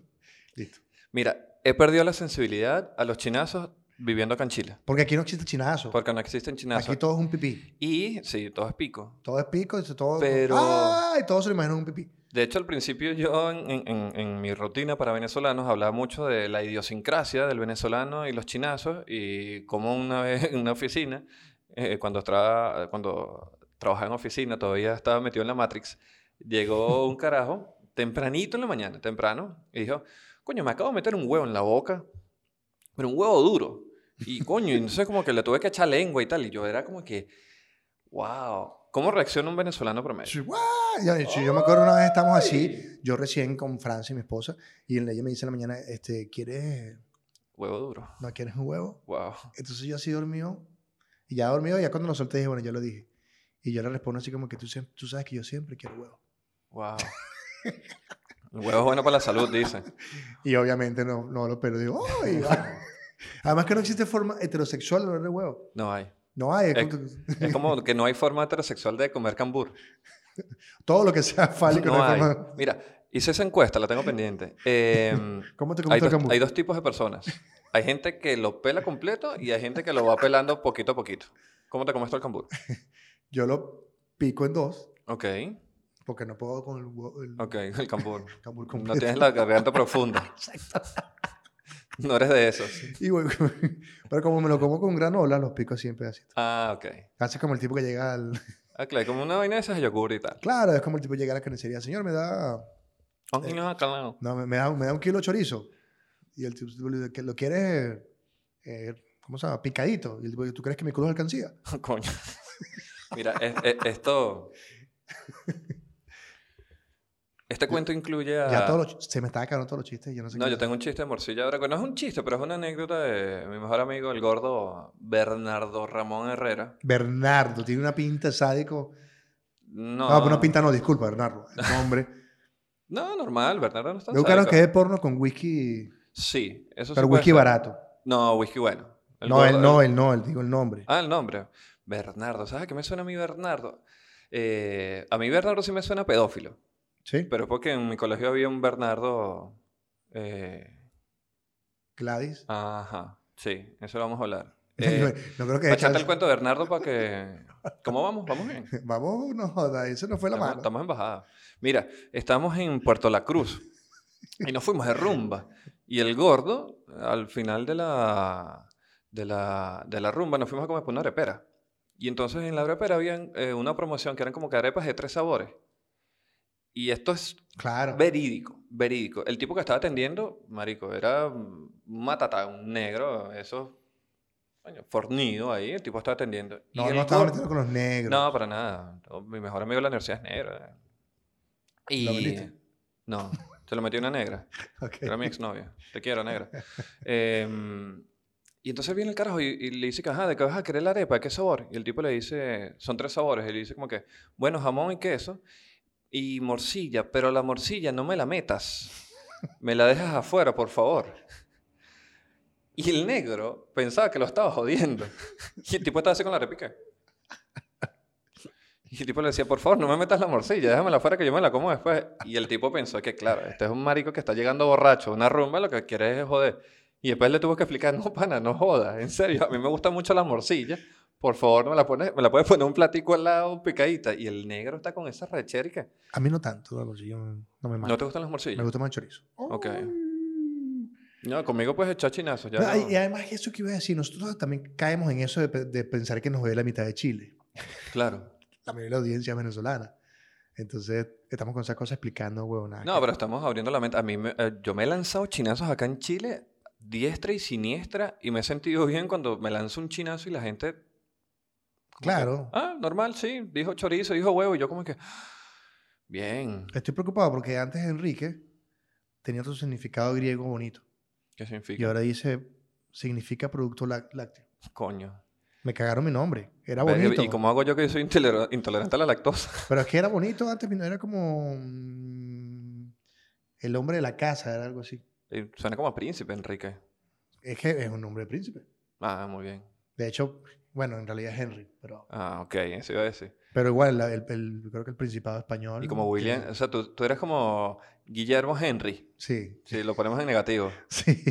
S2: Listo.
S1: Mira, he perdido la sensibilidad a los chinazos viviendo acá en Chile.
S2: Porque aquí no existe chinazo.
S1: Porque no existen chinazos.
S2: Aquí todo es un pipí.
S1: Y sí, todo es pico.
S2: Todo es pico. y Todo...
S1: Pero-
S2: ¡Ay! Todo se lo imaginan un pipí.
S1: De hecho, al principio yo en, en- en- en mi rutina para venezolanos hablaba mucho de la idiosincrasia del venezolano y los chinazos y como una vez en una oficina, eh, cuando, tra- cuando trabajaba en oficina, todavía estaba metido en la Matrix, llegó un carajo tempranito en la mañana, temprano, y dijo, coño, me acabo de meter un huevo en la boca, pero un huevo duro. Y coño, y entonces como que le tuve que echar lengua y tal, y yo era como que, wow, ¿cómo reacciona un venezolano promedio?
S2: Sí, ¡guau! Yo, yo- yo me acuerdo una vez estamos así, yo recién con Francia, mi esposa, y ella me dice en la mañana, este, ¿quieres,
S1: Huevo duro,
S2: no quieres un huevo?
S1: wow.
S2: Entonces yo así dormido, y ya dormido, ya cuando lo solté dije, bueno, ya lo dije. Y yo le respondo así como que tú, siem- tú sabes que yo siempre quiero huevo.
S1: Wow. El huevo es bueno para la salud, dicen.
S2: Y obviamente no, no lo perdí. ¡Ay! Además que no existe forma heterosexual de hablar de huevo.
S1: No hay.
S2: No hay. es
S1: Eh,
S2: como-
S1: Es como que no hay forma heterosexual de comer cambur.
S2: todo lo que sea fálico.
S1: No
S2: no
S1: hay.
S2: hay forma-
S1: Mira, hice esa encuesta, la tengo pendiente. Em,
S2: ¿Cómo te
S1: hay,
S2: comiste el
S1: dos,
S2: cambur?
S1: hay dos tipos de personas. Hay gente que lo pela completo y hay gente que lo va pelando poquito a poquito. ¿Cómo te comes tú el cambur?
S2: Yo lo pico en dos,
S1: Ok,
S2: porque no puedo con el, huevo- el
S1: ok, el cambur.
S2: cambur
S1: No
S2: completo.
S1: tienes la garganta profunda. No eres de esos.
S2: Y voy- pero como me lo como con granola, los pico así en pedacitos.
S1: Ah, ok.
S2: Hace como el tipo que llega al...
S1: Ah, claro, como una vaina de esas de yogur y tal.
S2: Claro, es como el tipo que llega a la carnicería. Señor, me da
S1: Ángel Bacalao.
S2: No, me, me da, me da un kilo de chorizo. Y el tipo le dice, "¿Que lo quieres, eh, ¿cómo se llama? Picadito. Y el tipo dice, ¿tú crees que mi culo es alcancía?
S1: Coño. Mira, es- es- esto. Este cuento incluye a.
S2: Ya todos los ch- se me está acabando todos los chistes. Yo no sé
S1: No,
S2: qué
S1: yo
S2: hacer.
S1: tengo un chiste de morcilla ahora. que No es un chiste, pero es una anécdota de mi mejor amigo, el gordo Bernardo Ramón Herrera.
S2: Bernardo, tiene una pinta de sádico.
S1: No,
S2: Ah, pues No, pero una pinta no, disculpa, Bernardo. El nombre.
S1: No, normal, Bernardo no está
S2: Yo creo que es porno con whisky,
S1: Sí, eso sí
S2: pero
S1: puede
S2: whisky
S1: ser.
S2: barato.
S1: No, whisky bueno. El
S2: no, él
S1: gordo-
S2: no, él no, él digo el nombre.
S1: Ah, el nombre. Bernardo. ¿Sabes a qué me suena a mí Bernardo? Eh, a mí Bernardo sí me suena a pedófilo.
S2: ¿Sí?
S1: Pero es porque en mi colegio había un Bernardo. eh,
S2: Gladys.
S1: ajá. Sí, eso lo vamos a hablar.
S2: no,
S1: Eh,
S2: creo que...
S1: pa' echarte
S2: chance.
S1: el cuento de Bernardo para que. ¿Cómo vamos? ¿Vamos bien?
S2: Vamos, no joda, eso no fue la
S1: Estamos,
S2: mano.
S1: estamos en bajada. Mira, estamos en Puerto La Cruz y nos fuimos de rumba. Y el gordo, al final de la, de la, de la rumba, nos fuimos a comer por una arepera. Y entonces en la arepera había una promoción que eran como que arepas de tres sabores. Y esto es
S2: Claro.
S1: verídico, verídico. El tipo que estaba atendiendo, marico, era un matatá, un negro, eso, coño, fornido ahí. El tipo estaba atendiendo. Y
S2: No,
S1: el
S2: no estaba
S1: gordo-
S2: metido con los negros.
S1: no, para nada. No, Mi mejor amigo de la universidad es negro. eh.
S2: ¿Lo
S1: Y...
S2: vendiste?
S1: No, se lo metió una negra.
S2: Ok.
S1: Era mi exnovia. Te quiero, negra. Em, y entonces viene el carajo y, y le dice, que, ajá, ¿de qué vas a querer la arepa? ¿De qué sabor? Y el tipo le dice, son tres sabores. Y le dice como que, bueno, jamón y queso y morcilla, pero la morcilla no me la metas. Me la dejas afuera, por favor. Y el negro pensaba que lo estaba jodiendo. Y el tipo estaba así con la repica. Y el tipo le decía, por favor, no me metas la morcilla, déjamela afuera que yo me la como después. Y el tipo pensó que, claro, este es un marico que está llegando borracho, a una rumba, lo que quiere es joder. Y después le tuvo que explicar, no, pana, no jodas, en serio, a mí me gusta mucho la morcilla. Por favor, no me la, pones, me la puedes poner un platico al lado picadita. Y el negro está con esa rechera y que,
S2: A mí no tanto, la morcilla no no me mata.
S1: ¿No te gustan las
S2: me
S1: morcillas?
S2: gusta más el chorizo.
S1: Ok.
S2: Ay.
S1: No, conmigo pues echar chinazos. Ya
S2: No,
S1: no.
S2: Y y además eso que iba a decir, nosotros también caemos en eso de, pe- de pensar que nos ve la mitad de Chile.
S1: Claro.
S2: La mayoría de la audiencia es venezolana. Entonces, estamos con esas cosas explicando, huevonadas.
S1: No, pero estamos abriendo la mente. A mí, me- eh, yo me he lanzado chinazos acá en Chile, diestra y siniestra, y me he sentido bien cuando me lanzo un chinazo y la gente... como que,
S2: Claro.
S1: ah, normal, sí. Dijo chorizo, dijo huevo, y yo como que... Bien.
S2: Estoy preocupado porque antes Enrique tenía otro significado griego bonito.
S1: ¿Qué
S2: Y
S1: significa?
S2: ahora dice, significa producto lac- lácteo.
S1: Coño.
S2: Me cagaron mi nombre. Era
S1: Verga,
S2: bonito.
S1: ¿Y cómo hago yo que soy intolera- intolerante a la lactosa?
S2: Pero es que era bonito antes, no era como mm, el hombre de la casa, era algo así.
S1: Eh, Suena como a príncipe, Enrique.
S2: Es que es un nombre de príncipe.
S1: Ah, muy bien.
S2: De hecho, bueno, en realidad es Henry, pero,
S1: Ah, ok, eso iba a decir.
S2: pero igual, la- el, el- yo creo que el Principado español.
S1: Y como William,
S2: tiene-
S1: o sea, tú, tú eres como Guillermo Henry,
S2: Sí,
S1: si lo ponemos en negativo.
S2: sí.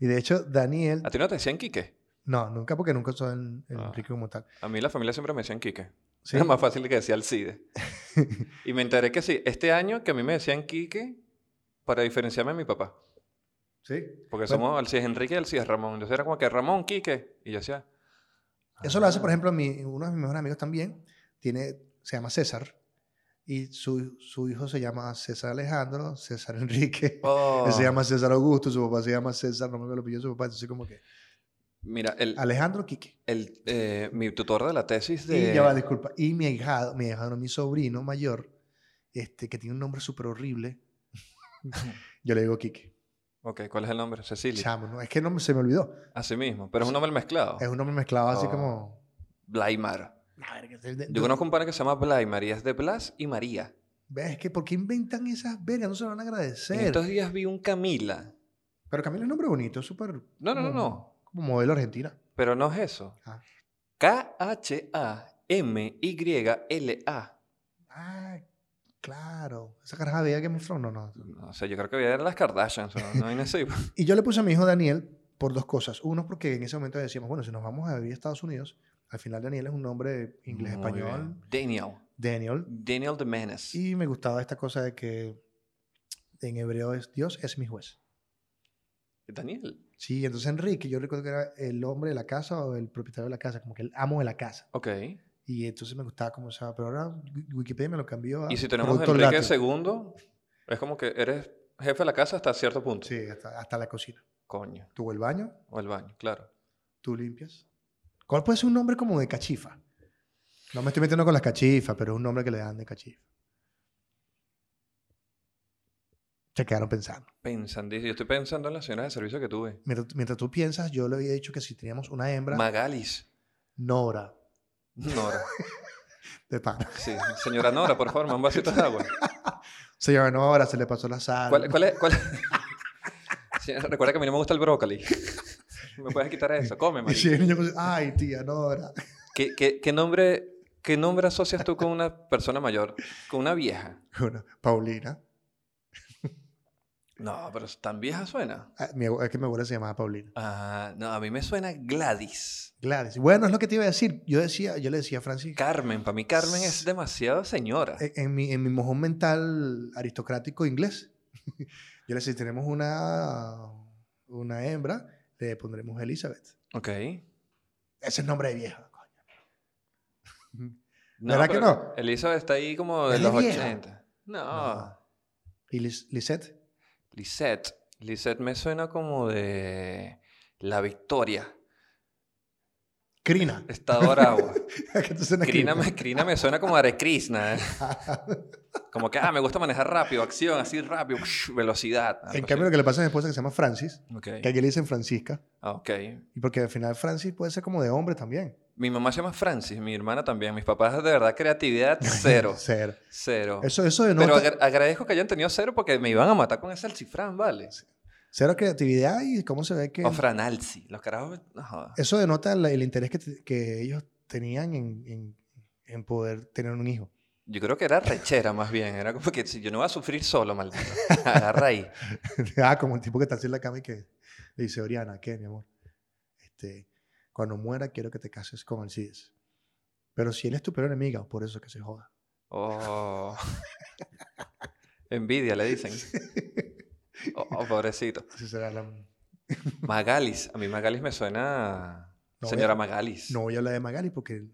S2: Y de hecho, Daniel.
S1: ¿A ti no te decían Quique?
S2: No, nunca, porque nunca usó el, el
S1: Ah.
S2: Enrique como tal.
S1: A mí la familia siempre me decían Quique.
S2: Sí.
S1: Era más fácil que decía Alcide. y me enteré que sí, este año que a mí me decían Quique para diferenciarme de mi papá.
S2: Sí.
S1: Porque
S2: Bueno.
S1: somos Alcides Enrique y Alcides Ramón. Entonces era como que Ramón, Quique. Y yo decía...
S2: Eso lo hace, por
S1: "Ah".
S2: ejemplo, mi, uno de mis mejores amigos también. Tiene, se llama César. Y su, su hijo se llama César Alejandro, César Enrique.
S1: Oh.
S2: Él se llama César Augusto, su papá se llama César, no me acuerdo el apellido de su papá, entonces como que
S1: Mira, el,
S2: Alejandro Quique.
S1: el, eh, mi tutor de la tesis de...
S2: Y ya va, disculpa. Y mi ahijado, mi ahijado, mi sobrino mayor, este, que tiene un nombre súper horrible, yo le digo Quique.
S1: Ok, ¿cuál es el nombre? Cecilia.
S2: Chamo, ¿no? es que el nombre se me olvidó.
S1: Así mismo. Pero es un nombre mezclado.
S2: Es un nombre mezclado así
S1: Oh.
S2: como...
S1: Blaimar.
S2: A ver, que se- de-
S1: Yo conozco un pana que se llama Blaimar y es de Blas y María.
S2: ¿Ves que por qué inventan esas vergas? No se lo van a
S1: En
S2: agradecer.
S1: estos días vi un Camila.
S2: Pero Camila es un nombre bonito, es súper...
S1: No, no, no,
S2: como-
S1: no.
S2: Como modelo argentina.
S1: Pero no es eso.
S2: Mm. Ah.
S1: K-H-A-M-Y-L-A.
S2: Ah, claro. Esa caraja veía Game of Thrones, no, no.
S1: O sea, yo creo que eran las Kardashians. No, no hay así.
S2: Y yo le puse a mi hijo Daniel por dos cosas. Uno, porque en ese momento decíamos, bueno, si nos vamos a vivir a Estados Unidos, al final Daniel es un nombre
S1: Muy
S2: inglés-español,
S1: bien. Daniel.
S2: Daniel.
S1: Daniel the Menace.
S2: Y me gustaba esta cosa de que en hebreo es Dios es mi juez.
S1: Daniel.
S2: Sí, entonces Enrique, yo recuerdo que era el hombre de la casa o el propietario de la casa, como que el amo de la casa.
S1: Ok.
S2: Ah, Y entonces me gustaba como se llama, pero ahora Wikipedia me lo cambió a
S1: Y si tenemos
S2: producto
S1: Enrique
S2: lácteo.
S1: II, Es como que eres jefe de la casa hasta cierto punto.
S2: Sí, hasta, hasta la cocina.
S1: Coño.
S2: Tú el baño,
S1: O el baño, claro.
S2: tú limpias. ¿Cuál puede ser un nombre como de cachifa? No me estoy metiendo con las cachifas, pero es un nombre que le dan de cachifa. Se quedaron pensando.
S1: Pensando, yo estoy pensando en las señoras de servicio que tuve.
S2: Mientras, mientras tú piensas, yo le había dicho que si teníamos una hembra,
S1: Magalis.
S2: Nora,
S1: Nora.
S2: de pan.
S1: Sí. Señora Nora, por favor, más un vasito de agua.
S2: Se llama Nora, se le pasó la sal.
S1: ¿Cuál, cuál es? cuál es? Sí, recuerda que a mí no me gusta el brócoli. ¿Me puedes quitar eso? Come,
S2: Y
S1: marico.
S2: si el niño dice, ay, tía, Nora.
S1: ¿Qué, qué, qué nombre, ¿Qué nombre asocias tú con una persona mayor? ¿Con una vieja?
S2: Bueno, Paulina.
S1: No, pero tan vieja suena.
S2: Ah, mi abue- es que mi abuela se llamaba Paulina.
S1: Ah, no, a mí me suena Gladys.
S2: Gladys. Bueno, es lo que te iba a decir. Yo, decía, yo le decía a Francis,
S1: Carmen, para mí Carmen es demasiado señora.
S2: e, en, en mi, en mi mojón mental aristocrático inglés, yo le decía, si tenemos una, una hembra, le pondremos Elizabeth.
S1: Ok.
S2: Ese es el nombre de vieja. coño.
S1: No,
S2: ¿Verdad que
S1: pero
S2: no?
S1: Elizabeth está ahí como de
S2: Ella
S1: los
S2: es vieja.
S1: 80. No.
S2: No. ¿Y Lis- Lisette?
S1: Lisette. Lisette me suena como de La Victoria.
S2: Crina.
S1: Estado Aragua.
S2: ¿Qué te suena
S1: Crina
S2: Crina?
S1: me, Crina me suena como Hare Krishna. ¿eh? Como que, ah, me gusta manejar rápido, acción, así rápido, velocidad.
S2: en
S1: algo
S2: cambio, lo
S1: así.
S2: que le pasa a mi esposa que se llama Francis, que
S1: Ok.
S2: aquí le dicen Francisca,
S1: Ah, ok.
S2: y porque al final Francis puede ser como de hombre también.
S1: Mi mamá se llama Francis, mi hermana también. Mis papás, de verdad, creatividad cero.
S2: Cero.
S1: Cero.
S2: Eso, eso de
S1: Pero
S2: no
S1: agra- agradezco que hayan tenido cero porque me iban a matar con ese alcifrán, ¿vale?
S2: Cero creatividad y cómo se ve que...
S1: O Franalzi. Los carajos. No joda.
S2: Eso denota el, el interés que, te- que ellos tenían en, en- en poder tener un hijo.
S1: Yo creo que era rechera más bien. Era como que si yo no voy a sufrir solo, maldito. Agarra ahí.
S2: ah, como el tipo que está así en la cama y que le dice, Oriana, ¿qué, mi amor? Este, cuando muera quiero que te cases con Alcides. Pero si él es tu peor enemiga, por eso que se joda.
S1: Oh. Envidia, le dicen. Oh, oh, pobrecito.
S2: Así será la... No
S1: Magalis. A mí Magalis me suena.
S2: voy a-
S1: Señora Magalis.
S2: No voy a hablar de Magali porque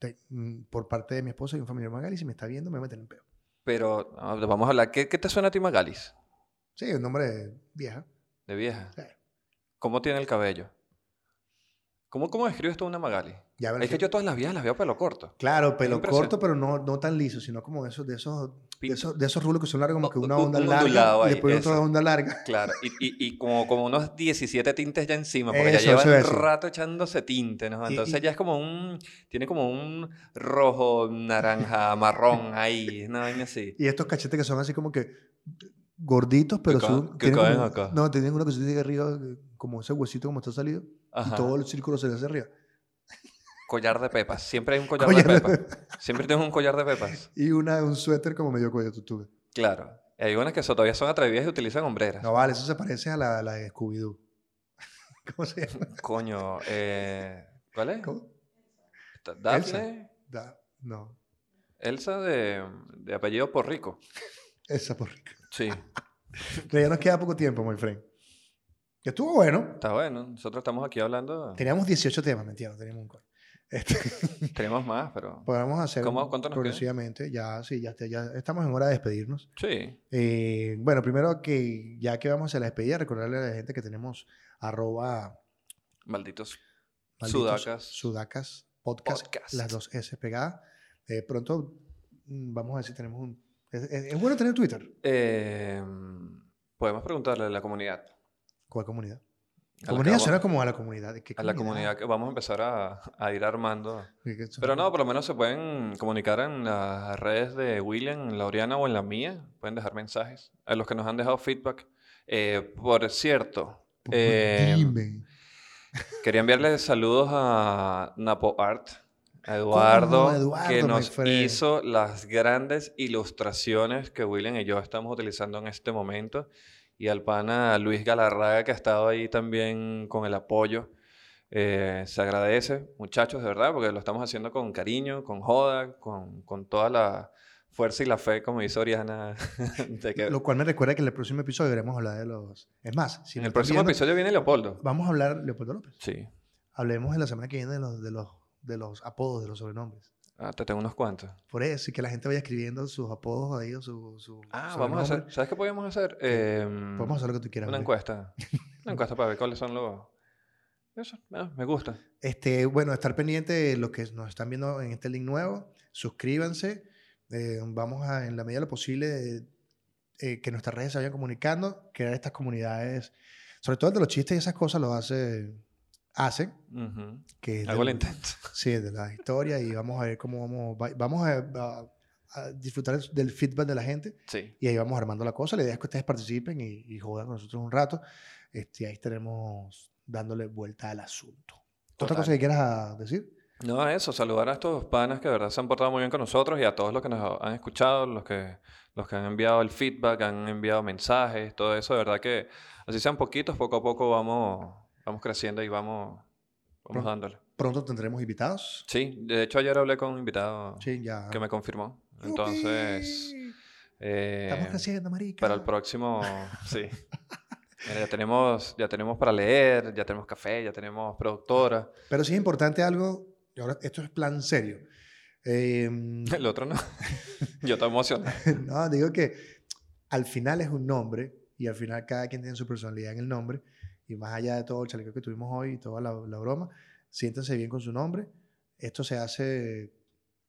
S2: te- mm, por parte de mi esposo hay un familiar Magali. Si me está viendo, me va a meter en peo.
S1: Pero ah, vamos a hablar. ¿Qué, qué te suena a ti Magalis?
S2: Sí, un nombre de vieja.
S1: De vieja.
S2: Sí.
S1: ¿Cómo tiene el cabello? ¿Cómo, cómo describes tú una Magali?
S2: Ya verás
S1: Es que
S2: que-
S1: yo todas las viejas las veo pelo corto.
S2: Claro, pelo
S1: impresionante.
S2: corto, pero no, no tan liso, sino como esos, de esos, de
S1: Pinto.
S2: esos, de esos rulos que son largos, como que
S1: Un-
S2: una
S1: un-
S2: onda
S1: un
S2: larga
S1: ondulado
S2: y
S1: ahí,
S2: después otra
S1: eso.
S2: onda larga.
S1: Claro, y, y- y como, como unos 17 tintes ya encima, porque
S2: Eso,
S1: ya
S2: eso iba a
S1: llevan
S2: decir.
S1: un rato echándose tinte, ¿no?
S2: Y-
S1: Entonces
S2: y-
S1: ya es como un, tiene como un rojo, naranja, marrón ahí, una vaina así.
S2: Y estos cachetes que son así como que gorditos, pero
S1: ca-
S2: son...
S1: que
S2: tienen como
S1: caen
S2: un-
S1: acá.
S2: No, tienen una cosita de arriba, eh, como ese huesito como está salido,
S1: Ajá.
S2: y todo el círculo se le hace arriba.
S1: Collar de pepas, siempre hay un collar, de
S2: Collar de
S1: pepas. Siempre tengo un collar de pepas.
S2: Y una, un suéter como medio cuello tutuve.
S1: Claro. Y hay unas que so- todavía son atrevidas y utilizan hombreras.
S2: No vale, eso se parece a la, la de Scooby-Doo. ¿Cómo se llama?
S1: Coño, eh, ¿cuál es?
S2: ¿Cómo?
S1: Ta- Daphne,
S2: Da- no,
S1: Elsa, de, de apellido Porrico.
S2: esa por rica.
S1: Sí,
S2: Ya nos queda poco tiempo, my friend. Que estuvo bueno.
S1: está bueno. Nosotros estamos aquí hablando.
S2: Teníamos 18 temas, mentira, no teníamos un coño. Este,
S1: Tenemos más, pero...
S2: podemos hacer
S1: ¿Cómo? ¿Cuánto nos queda?
S2: progresivamente. Ya, sí, ya, está- ya estamos en hora de despedirnos.
S1: Sí,
S2: Eh, bueno, primero que ya que vamos a la despedida, recordarle a la gente que tenemos arroba
S1: malditos
S2: malditos
S1: Sudacas.
S2: Sudacas podcast,
S1: Podcast.
S2: las dos S pegadas. Eh, pronto mm, vamos a ver si tenemos un... Es, es- es bueno tener Twitter
S1: Eh, podemos preguntarle a la comunidad.
S2: con la comunidad.
S1: A la
S2: comunidad
S1: que
S2: suena
S1: vamos-
S2: como a la comunidad. ¿Qué
S1: a la comunidad que vamos a empezar a, a ir armando.
S2: Que- que suena Pues,
S1: Pero no,
S2: como-
S1: por lo menos se pueden comunicar en las redes de William, en la Oriana o en la mía. Pueden dejar mensajes a los que nos han dejado feedback. Eh, por cierto, eh,
S2: pues, Dime.
S1: quería enviarles saludos a Napo Art, a Eduardo,
S2: Eduardo,
S1: que
S2: my
S1: nos
S2: friend.
S1: hizo las grandes ilustraciones que William y yo estamos utilizando en este momento. Y al pana Luis Galarraga, que ha estado ahí también con el apoyo. Eh, se agradece, muchachos, de verdad, porque lo estamos haciendo con cariño, con joda, con, con toda la fuerza y la fe, como dice Oriana. de que-
S2: Lo cual me recuerda que en el próximo episodio iremos a hablar de los... Es más, si
S1: en
S2: me
S1: el
S2: están
S1: próximo
S2: viendo,
S1: episodio viene Leopoldo.
S2: Vamos a hablar, Leopoldo López.
S1: Sí.
S2: Hablemos en la semana que viene de los, de los, de los apodos, de los sobrenombres.
S1: Ah, te tengo unos cuantos.
S2: Por eso, y que la gente vaya escribiendo sus apodos ahí o su, su
S1: Ah,
S2: su
S1: vamos a
S2: nombre.
S1: hacer. ¿Sabes qué podemos hacer? Eh,
S2: Podemos hacer lo que tú quieras. pues.
S1: una
S2: Andrés.
S1: encuesta. Una encuesta para ver cuáles son los. Eso, ah, me gusta.
S2: Este, bueno, estar pendiente de los que nos están viendo en este link nuevo. Suscríbanse. Eh, vamos a, en la medida de lo posible, eh, eh, que nuestras redes se vayan comunicando, crear estas comunidades. Sobre todo el de los chistes y esas cosas los hace, hacen.
S1: Ujú.
S2: Que es
S1: Hago el
S2: del-
S1: intento.
S2: Sí, de la historia y vamos a ver cómo vamos, va- vamos a, a- a disfrutar del feedback de la gente
S1: Sí.
S2: y ahí vamos armando la cosa. La idea es que ustedes participen y, y jodan con nosotros un rato. Este, ahí estaremos dándole vuelta al asunto. ¿Otra
S1: Total.
S2: cosa que quieras ah, decir?
S1: No, eso, saludar a estos panas que de verdad se han portado muy bien con nosotros y a todos los que nos han escuchado, los que, los que han enviado el feedback, han enviado mensajes, todo eso, de verdad que así sean poquitos, poco a poco vamos, vamos creciendo y vamos, vamos
S2: Pronto.
S1: dándole.
S2: Pronto tendremos invitados.
S1: Sí, de hecho ayer hablé con un invitado
S2: Sí, ah. ya.
S1: que me confirmó. Entonces,
S2: ¡Yupi!
S1: eh,
S2: Estamos creciendo, marica.
S1: para el próximo, sí. Mira, ya tenemos, ya tenemos para leer, ya tenemos café, ya tenemos productora.
S2: Pero sí es importante algo, y ahora esto es plan serio. Eh, no,
S1: El otro no. Yo te emocionado.
S2: digo que al final es un nombre y al final cada quien tiene su personalidad en el nombre y más allá de todo el chaleco que tuvimos hoy y toda la, la broma, siéntense bien con su nombre. Esto se hace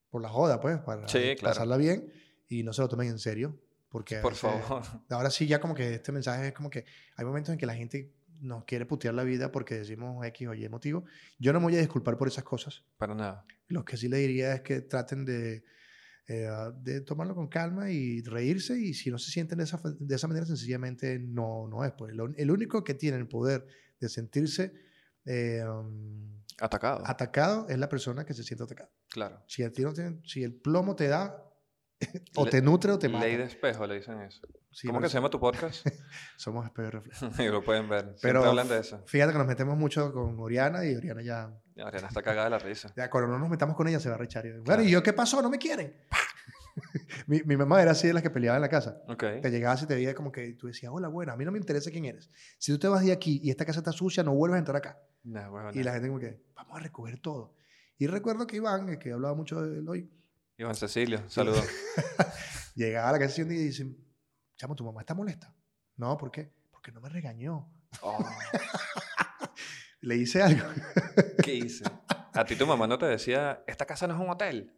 S2: por la joda, pues, para
S1: Sí, claro.
S2: pasarla bien y no se lo tomen en serio. Porque a
S1: Por
S2: veces-
S1: favor.
S2: Ahora sí, ya como que este mensaje es como que hay momentos en que la gente nos quiere putear la vida porque decimos X o Y motivo. Yo no me voy a disculpar por esas cosas.
S1: Para nada.
S2: Lo que sí le diría es que traten de, eh, de tomarlo con calma y reírse. Y si no se sienten de esa, fa- de esa manera, sencillamente no, no es. Pues. Lo- El, único que tiene el poder de sentirse eh, um,
S1: Atacado.
S2: atacado es la persona que se siente atacada.
S1: claro.
S2: Si, a ti no te- si el plomo te da, o
S1: Le-
S2: te nutre o te mata.
S1: Ley de espejo le dicen eso.
S2: Sí,
S1: ¿Cómo
S2: por
S1: que se
S2: eso
S1: llama tu podcast?
S2: Somos espejo de reflejo.
S1: Y lo pueden ver. Pero
S2: Pero-
S1: hablan de eso.
S2: Fíjate que nos metemos mucho con Oriana y Oriana ya.
S1: Ariana está cagada de la risa.
S2: Ya, cuando no nos metamos con ella se va a rechar. Y, Claro,
S1: Claro.
S2: ¿y yo qué pasó? ¿No me quieren? mi, mi mamá era así de las que peleaba en la casa.
S1: Ok.
S2: Te llegabas y te veía como que tú decías, hola, buena, a mí no me interesa quién eres. Si tú te vas de aquí y esta casa está sucia, no vuelvas a entrar acá.
S1: Nah, huevona.
S2: Y la gente como que, vamos a recoger todo. Y recuerdo que Iván, el que hablaba mucho de él hoy,
S1: Iván Cecilio, saludos.
S2: llegaba a la casa y un día y dice, chamo, tu mamá está molesta. No, ¿por qué? Porque no me regañó.
S1: Oh,
S2: Le hice algo.
S1: ¿Qué hice? A ti tu mamá no te decía, esta casa no es un hotel.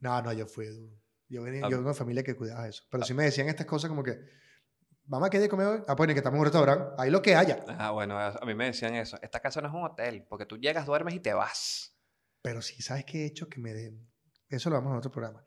S2: No, no, yo fui duro. Yo venía,
S1: Ah.
S2: yo de una familia que cuidaba eso. Pero sí me decían estas cosas como que, mamá, ¿qué hay de comer hoy? Ah, pues que estamos en un restaurante, ahí lo que haya.
S1: Ah, bueno, a a mí me decían eso. Esta casa no es un hotel, porque tú llegas, duermes y te vas.
S2: Pero sí, ¿sabes qué he hecho? Que me den, eso lo vamos en otro programa,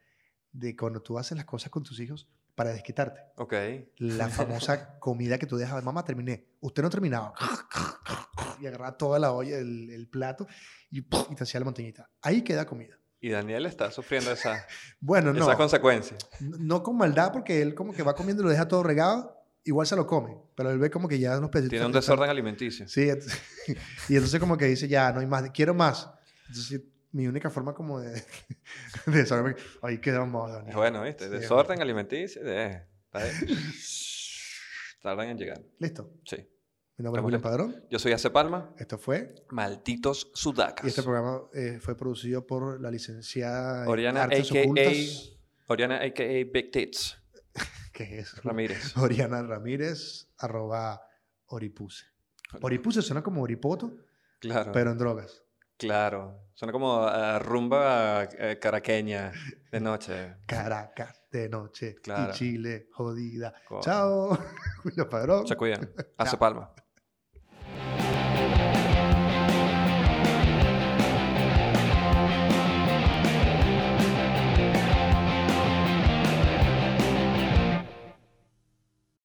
S2: de cuando tú haces las cosas con tus hijos para desquitarte.
S1: Ok.
S2: La famosa comida que tú dejas, mamá, terminé. Usted no terminaba. pues. Y agarraba toda la olla, el, el plato, y, ¡puf! y te hacía la montañita. Ahí queda comida.
S1: Y Daniel está sufriendo esa,
S2: Bueno, no.
S1: esa consecuencia.
S2: No- No con maldad, porque él como que va comiendo y lo deja todo regado, igual se lo come, pero él ve como que ya unos pedacitos.
S1: Tiene un
S2: que están-
S1: desorden alimenticio.
S2: Sí, ent- y entonces como que dice, ya, no hay más, quiero más. Entonces, mi única forma como de, de saberme, ahí quedamos. Daniel".
S1: Bueno, ¿viste?
S2: Sí,
S1: Desorden alimenticio. eh, está bien. Tardan en llegar.
S2: Listo.
S1: Sí.
S2: Mi nombre es
S1: Estamos
S2: William
S1: listos.
S2: Padrón,
S1: Yo soy Ace Palma.
S2: esto fue,
S1: Malditos sudacas.
S2: y este programa eh, fue producido por la licenciada en
S1: Oriana,
S2: Artes
S1: a.k.a.
S2: Ocultas,
S1: Oriana, a.k.a. Big Tits
S2: que es
S1: Ramírez.
S2: Oriana Ramírez, arroba Oripuse. Oripuse suena como Oripoto,
S1: Claro,
S2: pero en drogas.
S1: claro. Suena como a rumba eh, caraqueña de noche.
S2: Caracas de noche
S1: Claro.
S2: y Chile jodida.
S1: Con-
S2: Chao, Julio Padrón.
S1: Se cuidan. Ace Palma.